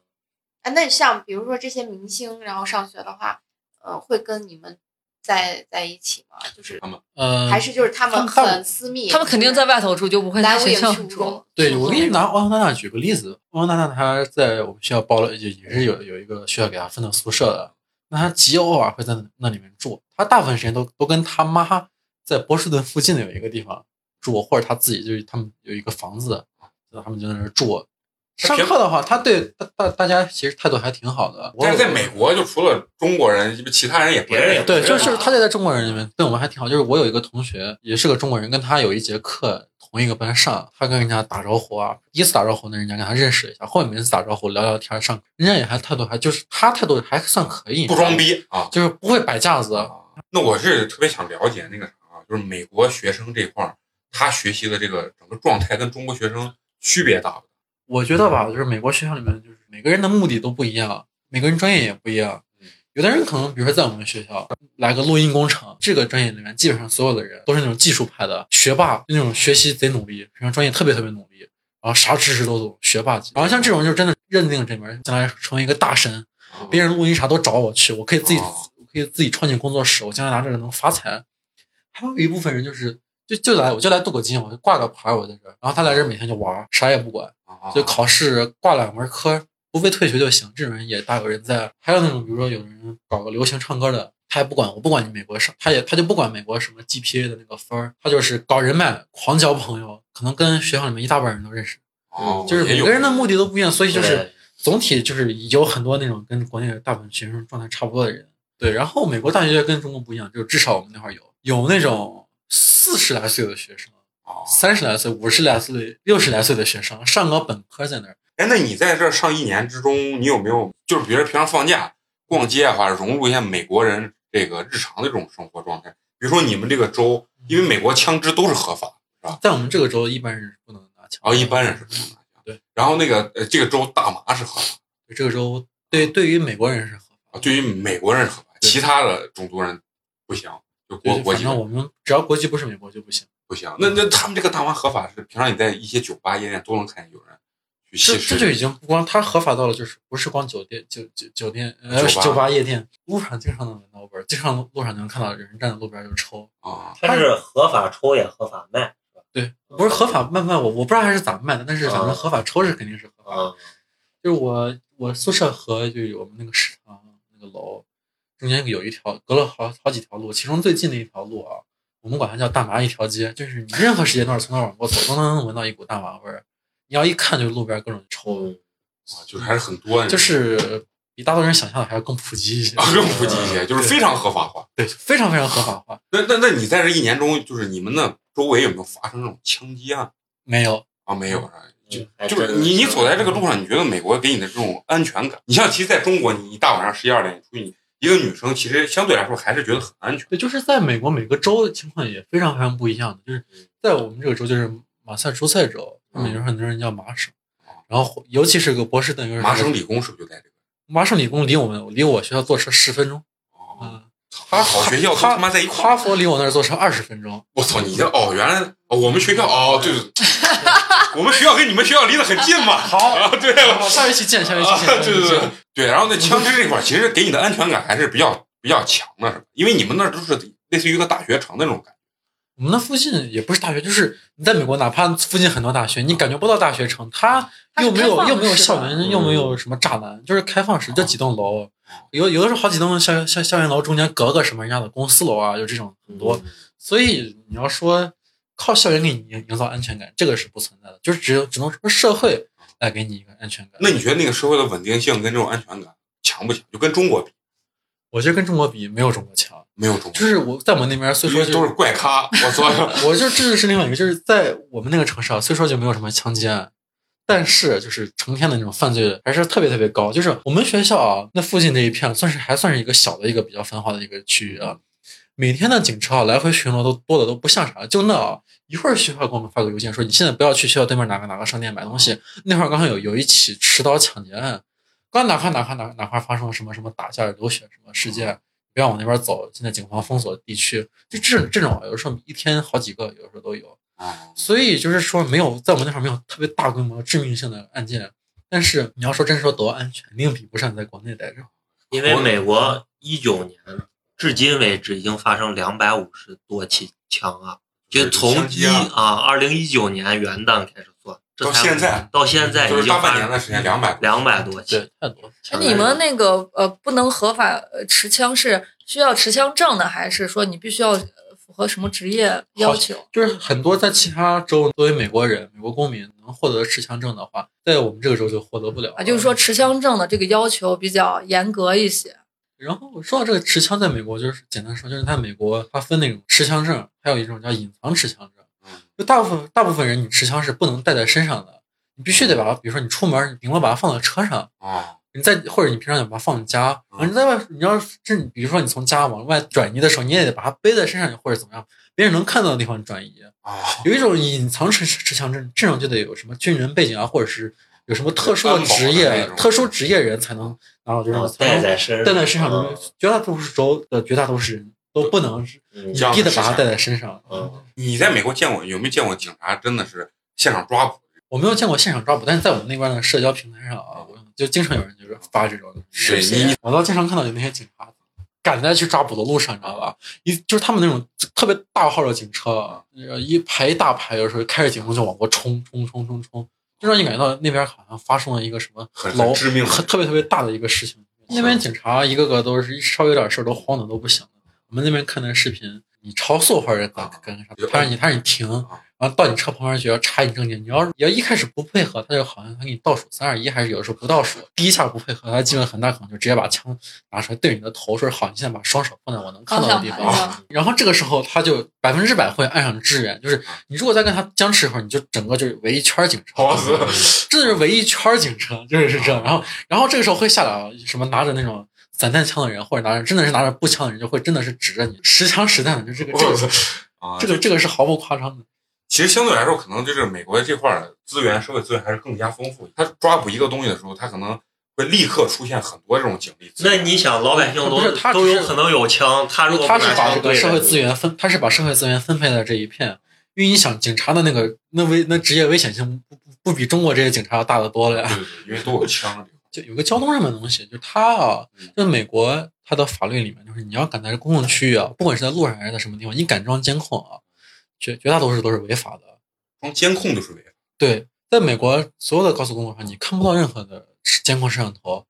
[SPEAKER 5] 哎，那像比如说这些明星，然后上学的话，呃，会跟你们在在一起吗？就是
[SPEAKER 2] 呃，
[SPEAKER 5] 还是就是他
[SPEAKER 2] 他
[SPEAKER 5] 们
[SPEAKER 2] 们他们
[SPEAKER 5] 很私密，
[SPEAKER 4] 嗯他们肯定在外头住，就不会在
[SPEAKER 5] 来无
[SPEAKER 4] 学
[SPEAKER 5] 影
[SPEAKER 4] 校
[SPEAKER 5] 去无
[SPEAKER 4] 住
[SPEAKER 5] 踪。。
[SPEAKER 2] 对我给你拿汪娜娜举个例子，汪娜娜她在我们学校包了，也也是有有一个学校给她分的宿舍的，那她极偶尔会在那里面住，她大部分时间都都跟她妈在波士顿附近的有一个地方住，或者她自己就是他们有一个房子，然后他们就在那儿住。
[SPEAKER 1] 她
[SPEAKER 2] 上
[SPEAKER 1] 平
[SPEAKER 2] 课的话，她对大大大家其实态度还挺好的。我
[SPEAKER 1] 但是在美国，就除了中国人，其他人也不
[SPEAKER 3] 别人也
[SPEAKER 1] 认识。
[SPEAKER 3] 不
[SPEAKER 2] 对，
[SPEAKER 3] 是
[SPEAKER 2] 就
[SPEAKER 3] 啊
[SPEAKER 2] 就是他在中国人里面对我们还挺好。就是我有一个同学也是个中国人，跟他有一节课同一个班上，他跟人家打招呼啊，第一次打招呼呢，人家跟他认识了一下，后面每次打招呼聊聊天上，人家也还态度还就是他态度还算可以，
[SPEAKER 1] 不装，逼啊。
[SPEAKER 2] 就是不会摆架子。
[SPEAKER 1] 那我是特别想了解那个啥，啊就是美国学生这块儿，他学习的这个整个状态跟中国学生区别大不大？
[SPEAKER 2] 我觉得吧，就是美国学校里面，就是每个人的目的都不一样，每个人专业也不一样
[SPEAKER 1] 嗯。
[SPEAKER 2] 有的人可能，比如说在我们学校来个录音工程这个专业里面，基本上所有的人都是那种技术派的学霸，就那种学习贼努力，平常专业特别特别努力，然后啥知识都懂，学霸级。然后像这种就真的认定这门将来成为一个大神，
[SPEAKER 1] 啊
[SPEAKER 2] 别人录音啥都找我去，我可以自己，
[SPEAKER 1] 哦
[SPEAKER 2] 我可以自己创建工作室，我将来拿这个能发财。还有一部分人就是就就来我就来镀个金，我就挂个牌，我在这儿，然后他来这儿每天就玩儿，啥也不管。
[SPEAKER 1] 啊
[SPEAKER 2] 就考试挂两门科，不被退学就行。这种人也大有人在。还有那种，比如说有人搞个流行唱歌的，他也不管，我不管你美国上，他也他就不管美国什么 GPA 的那个分儿，他就是搞人脉，狂交朋友，可能跟学校里面一大半人都认识。
[SPEAKER 1] 哦
[SPEAKER 2] 就是
[SPEAKER 1] 也
[SPEAKER 2] 每
[SPEAKER 1] 有
[SPEAKER 2] 个人的目的都不一样，所以就是
[SPEAKER 3] 对
[SPEAKER 2] 总体就是有很多那种跟国内的大部分学生状态差不多的人。对，然后美国大学跟中国不一样，就是至少我们那会儿有有那种四十来岁的学生。
[SPEAKER 1] 哦
[SPEAKER 2] 三十来岁、五十来岁、六十来岁的学生上个本科在那儿，
[SPEAKER 1] 哎，那你在这儿上一年之中，你有没有就是比如说平常放假逛街啊，或者融入一下美国人这个日常的这种生活状态？比如说你们这个州，因为美国枪支都是合法
[SPEAKER 2] 在我们这个州一般人是不能拿枪
[SPEAKER 1] 的，然后哦一般人是不能拿枪。
[SPEAKER 2] 对。
[SPEAKER 1] 然后那个呃，这个州大麻是合法
[SPEAKER 2] 对这个州对对于美国人是合法
[SPEAKER 1] 的，对于美国人是合法的，
[SPEAKER 2] 对
[SPEAKER 1] 其他的种族人不行，就
[SPEAKER 2] 的，
[SPEAKER 1] 国
[SPEAKER 2] 对
[SPEAKER 1] 国
[SPEAKER 2] 反
[SPEAKER 1] 籍
[SPEAKER 2] 正我们只要国籍不是美国就不行。
[SPEAKER 1] 不行。那那他们这个大麻合法是平常你在一些酒吧夜店都能看见有人去
[SPEAKER 2] 这
[SPEAKER 1] 吸
[SPEAKER 2] 这就
[SPEAKER 1] 食。
[SPEAKER 2] 已经不光它合法到了，就是不是光酒店酒酒酒店呃
[SPEAKER 1] 酒吧
[SPEAKER 2] 酒吧夜店，路上经常能闻到味儿，经常路上能看到有人站在路边就抽。
[SPEAKER 1] 啊，
[SPEAKER 3] 它是合法抽也合法卖
[SPEAKER 2] 对，不是合法卖卖我我不知道它是咋卖的，但是反
[SPEAKER 1] 嗯
[SPEAKER 2] 正
[SPEAKER 3] 啊
[SPEAKER 2] 合法抽是肯定是合法的。
[SPEAKER 3] 啊，
[SPEAKER 2] 就是我我宿舍和就是我们那个食堂那个楼中间有一条隔了好好几条路，其中最近的一条路啊，我们管它叫大麻一条街，就是你任何时间段从那儿往过走都能闻到一股大麻味儿，你要一看就是路边各种抽，
[SPEAKER 3] 嗯，
[SPEAKER 1] 啊就是还是很多。啊
[SPEAKER 2] 就是比大多数人想象的还要更普及一些，
[SPEAKER 1] 更普及一些，就是非常合法化。
[SPEAKER 2] 对，非常非常合法化。
[SPEAKER 1] 那那那你在这一年中，就是你们那周围有没有发生这种枪击案
[SPEAKER 2] 没有，
[SPEAKER 1] 啊？没有啊，就
[SPEAKER 3] 还
[SPEAKER 1] 就
[SPEAKER 3] 真
[SPEAKER 1] 是嗯
[SPEAKER 3] 的
[SPEAKER 1] 你你
[SPEAKER 3] 是
[SPEAKER 1] 走在这个路上，你觉得美国给你的这种安全感？你像其实在中国，你一大晚上十一二点你出去，你一个女生其实相对来说还是觉得很安全。
[SPEAKER 2] 对，就是在美国每个州的情况也非常非常不一样的，就是在我们这个州就是马萨诸塞州，他们有很多人叫麻省，然后尤其是个波士顿，又是
[SPEAKER 1] 嗯麻省理工是不是就在这个？
[SPEAKER 2] 麻省理工离我们离我学校坐车十分钟，
[SPEAKER 1] 哦，
[SPEAKER 2] 嗯，
[SPEAKER 1] 他好学校都他妈在一块
[SPEAKER 2] 哈
[SPEAKER 1] 儿。
[SPEAKER 2] 佛离我那儿坐车二十分钟，
[SPEAKER 1] 我操，你这哦，原来哦我们学校哦，对对 [laughs] 对，我们学校跟你们学校离得很近嘛。
[SPEAKER 2] 好
[SPEAKER 1] 啊，对，
[SPEAKER 2] 下学期见，下学期见，
[SPEAKER 1] 啊，对对对对，然后那枪支这块儿，其实给你的安全感还是比较比较强的，是吧？因为你们那儿都是类似于一个大学城那种感觉。
[SPEAKER 2] 我们那附近也不是大学，就是你在美国，哪怕附近很多大学，你感觉不到大学城，它
[SPEAKER 4] 它是
[SPEAKER 2] 又没有
[SPEAKER 4] 开放
[SPEAKER 2] 又没有
[SPEAKER 4] 式的
[SPEAKER 2] 校园，又没有
[SPEAKER 1] 嗯
[SPEAKER 2] 什么栅栏，就是开放式，就几栋
[SPEAKER 1] 哦
[SPEAKER 2] 楼，有有的时候好几栋校校校园楼中间隔个什么人家的公司楼啊，就这种很
[SPEAKER 1] 嗯
[SPEAKER 2] 多。所以你要说靠校园给你营营造安全感，这个是不存在的，就是只有只能说社会来给你一个安全感。
[SPEAKER 1] 那你觉得那个社会的稳定性跟这种安全感强不强？就跟中国比，
[SPEAKER 2] 我觉得跟中国比，没有中国强。
[SPEAKER 1] 没有中国，
[SPEAKER 2] 就是我在我们那边，虽
[SPEAKER 1] 因为
[SPEAKER 2] 说就
[SPEAKER 1] 都是怪咖。我操，
[SPEAKER 2] 我就这就是另外一个，就是在我们那个城市啊，虽说就没有什么枪击案，但是就是成天的那种犯罪还是特别特别高。就是我们学校啊，那附近这一片算是还算是一个小的一个比较繁华的一个区域啊，每天的警车啊来回巡逻都多的都不像啥，就那啊。一会儿学校给我们发个邮件说，你现在不要去学校对面哪个哪个商店买东西。那会儿刚好有有一起持刀抢劫案，刚哪块哪块哪哪块发生了什么什么打架流血什么事件，不要往那边走。现在警方封锁地区，就这种这种啊，有的时候一天好几个，有的时候都有。
[SPEAKER 1] 啊
[SPEAKER 2] 所以就是说，没有在我们那块儿没有特别大规模致命性的案件，但是你要说真说多安全，肯定比不上在国内待着。
[SPEAKER 3] 因为美国一九年至今为止已经发生两百五十多起枪案，就从
[SPEAKER 1] 枪
[SPEAKER 3] 一
[SPEAKER 1] 击案
[SPEAKER 3] 啊二零一九年元旦开始算，这
[SPEAKER 1] 到
[SPEAKER 3] 才
[SPEAKER 1] 现在
[SPEAKER 3] 到现
[SPEAKER 1] [laughs]
[SPEAKER 3] 在
[SPEAKER 1] 就
[SPEAKER 3] 已
[SPEAKER 1] 是
[SPEAKER 3] 经
[SPEAKER 1] 大半
[SPEAKER 3] 发
[SPEAKER 1] 年的时间，两百
[SPEAKER 3] 两百多起。
[SPEAKER 2] 对，太多了。
[SPEAKER 4] 那你们那个呃，不能合法呃持枪是需要持枪证的，还是说你必须要呃符合什么职业要求？
[SPEAKER 2] 就是很多在其他州作为美国人、美国公民能获得持枪证的话，在我们这个州就获得不了
[SPEAKER 4] 啊，就是说，持枪证的这个要求比较严格一些。
[SPEAKER 2] 然后说到这个持枪，在美国就是简单说，就是在美国它分那种持枪证，还有一种叫隐藏持枪证
[SPEAKER 1] 嗯。
[SPEAKER 2] 就大部分大部分人，你持枪是不能带在身上的，你必须得把
[SPEAKER 1] 嗯
[SPEAKER 2] 它，比如说你出门，你顶多把它放在车上，
[SPEAKER 1] 啊，
[SPEAKER 2] 你在或者你平常想把它放家，
[SPEAKER 1] 嗯
[SPEAKER 2] 然后你在外，你要是这比如说你从家往外转移的时候，你也得把它背在身上或者怎么样，别人能看到的地方转移。
[SPEAKER 1] 啊，
[SPEAKER 2] 有一种隐藏持持枪证，这种就得有什么军人背景啊，或者是有什么特殊的职
[SPEAKER 1] 安保的那
[SPEAKER 2] 业、
[SPEAKER 1] 种
[SPEAKER 2] 特殊职业人才能拿到这
[SPEAKER 3] 然
[SPEAKER 2] 种
[SPEAKER 3] 后哦带在身上，
[SPEAKER 2] 带在身上的，绝大多数州的绝大多数人都不能是
[SPEAKER 3] 嗯
[SPEAKER 2] 一
[SPEAKER 1] 这样
[SPEAKER 2] 逼的
[SPEAKER 1] 是
[SPEAKER 2] 把它
[SPEAKER 1] 啥
[SPEAKER 2] 带在身上。
[SPEAKER 3] 嗯，
[SPEAKER 1] 你在美国见过有没有见过警察真的是现场抓捕？
[SPEAKER 2] 我没有见过现场抓捕，但是在我们那边的社交平台上啊，我就经常有人就是发这种，
[SPEAKER 1] 对你你
[SPEAKER 2] 我倒经常看到有那些警察赶在去抓捕的路上，你知道吧？一就是他们那种特别大号的警车，呃一排一大排，有时候开着警钟就往过冲冲冲冲冲，就让你感觉到那边好像发生了一个什么
[SPEAKER 1] 很很
[SPEAKER 2] 老
[SPEAKER 1] 致命的
[SPEAKER 2] 很特别特别大的一个事情。那边警察一个个都是稍微有点事儿都慌的都不行了。我们那边看那视频，你超速或者咋
[SPEAKER 1] 啊
[SPEAKER 2] 干啥，他让你他让你停，然后到你车旁边去要查你证件，你要是你要一开始不配合，他就好像他给你倒数三二一，还是有的时候不倒数，第一下不配合，他基本很大可能就直接把枪拿出来对你的头，说好，你现在把双手放在我能看到的地
[SPEAKER 4] 方向
[SPEAKER 2] 方
[SPEAKER 4] 盘上。
[SPEAKER 2] 然后这个时候他就百分之百会按上支援，就是你如果再跟他僵持一会儿，你就整个就是围一圈儿警察。
[SPEAKER 1] 好死
[SPEAKER 2] [laughs] 真的是围一圈儿警车，真的是这样。然后，然后这个时候会下来啊，什么拿着那种散弹枪的人，或者拿着真的是拿着步枪的人，就会真的是指着你实枪实弹的，就这个这个
[SPEAKER 1] 啊！
[SPEAKER 2] 这个这个是毫不夸张的。
[SPEAKER 1] 其实相对来说，可能就是美国这块儿资源、社会资源还是更加丰富。他抓捕一个东西的时候，他可能会立刻出现很多这种警力资
[SPEAKER 3] 那
[SPEAKER 1] 源。
[SPEAKER 3] 你想，老百姓都
[SPEAKER 2] 不是他只
[SPEAKER 3] 都
[SPEAKER 2] 是
[SPEAKER 3] 有可能有枪，他如果不
[SPEAKER 2] 他是
[SPEAKER 3] 拿
[SPEAKER 2] 把这
[SPEAKER 3] 枪
[SPEAKER 2] 个
[SPEAKER 3] 对
[SPEAKER 2] 社
[SPEAKER 3] 着
[SPEAKER 2] 会
[SPEAKER 3] 你，
[SPEAKER 2] 资源分，他是把社会资源分配在这一片。因为你想，警察的那个那危那职业危险性不不不比中国这些警察要大得多了呀。
[SPEAKER 1] 对对对，因为都有枪这个。
[SPEAKER 2] 就有个交通上面的东西，就它啊
[SPEAKER 1] 嗯，
[SPEAKER 2] 就是美国它的法律里面，就是你要敢在公共区域啊，不管是在路上还是在什么地方，你敢装监控啊，绝绝大多数都是违法的。
[SPEAKER 1] 光监控就是违法。
[SPEAKER 2] 对，在美国所有的高速公路上，你看不到任何的监控摄像头，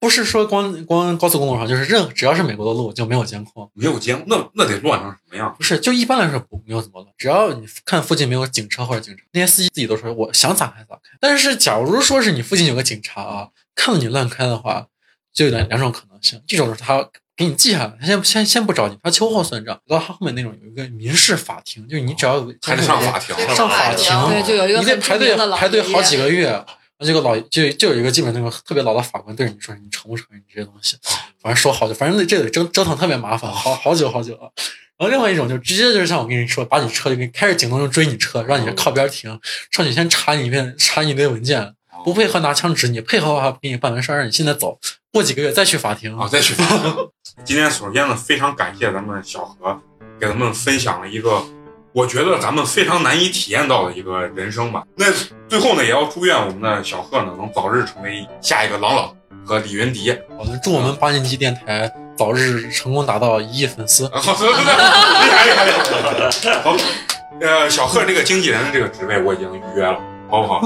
[SPEAKER 2] 不是说光光高速公路上，就是任只要是美国的路就没有监控，
[SPEAKER 1] 没有监，那那得乱成什么样？
[SPEAKER 2] 不是就一般来说不没有怎么乱，只要你看附近没有警车或者警察，那些司机自己都说我想咋开咋开。但是假如说是你附近有个警察啊，看到你乱开的话，就有两两种可能性，一种是他给你记下来，他先先先不找你，他秋后算账。到他后面那种有一个民事法庭，就是你只要有
[SPEAKER 1] 还得上法庭
[SPEAKER 5] 对
[SPEAKER 3] 上
[SPEAKER 2] 上
[SPEAKER 3] 法
[SPEAKER 2] 法
[SPEAKER 3] 庭
[SPEAKER 2] 庭，
[SPEAKER 4] 对，就有一个
[SPEAKER 2] 你得
[SPEAKER 4] 很
[SPEAKER 2] 排
[SPEAKER 4] 著
[SPEAKER 2] 队
[SPEAKER 4] 名的老
[SPEAKER 2] 排队
[SPEAKER 4] 爷
[SPEAKER 2] 好几
[SPEAKER 4] 爷
[SPEAKER 2] 个月，这个老就就有一个基本那个特别老的法官对着你说你承不承认这些东西，
[SPEAKER 4] 啊
[SPEAKER 2] 反正说好久，反正这得折折腾特别麻烦，好好久好久了。然后另外一种就直接就是像我跟你说，把你车就给开着警动就追你车，让你
[SPEAKER 4] 哦
[SPEAKER 2] 靠边停，上去先查你一遍，查你一堆文件，不配合拿枪指你，配合的话给你办完事儿让你现在走，过几个月再去法庭。
[SPEAKER 1] 啊，再去发。今天首先呢，非常感谢咱们小何给咱们分享了一个，我觉得咱们非常难以体验到的一个人生吧。那最后呢，也要祝愿我们的小贺呢，能早日成为下一个郎朗和李云迪。
[SPEAKER 2] 我就祝我们八年级电台早日成功达到一亿粉丝。
[SPEAKER 1] 啊好，对对对，厉害厉害厉害。好，呃，小贺这个经纪人的这个职位我已经预约了，好不好？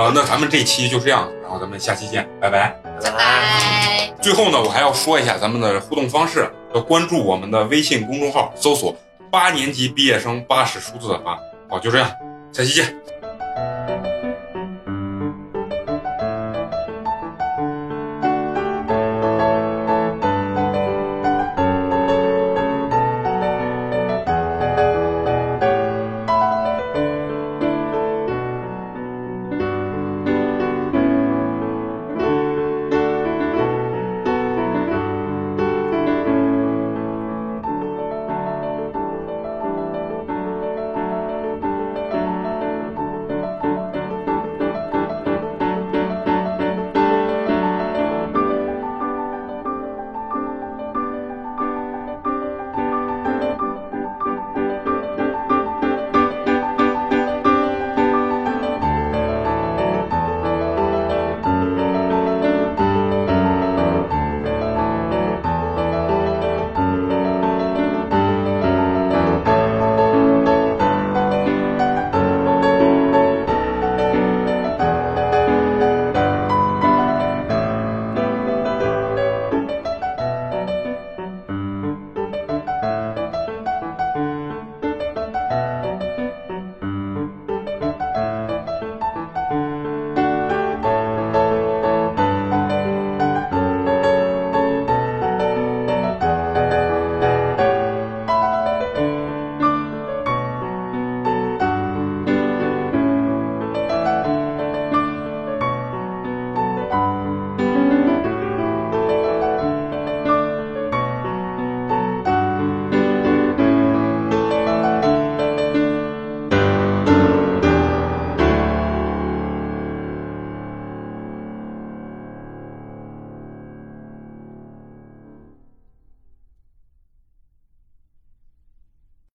[SPEAKER 1] 啊、那咱们这期就这样，然后咱们下期见，拜拜。
[SPEAKER 5] 拜拜。
[SPEAKER 1] 最后呢，我还要说一下咱们的互动方式，要关注我们的微信公众号，搜索“八年级毕业生巴士数字的八”。好，就这样，下期见。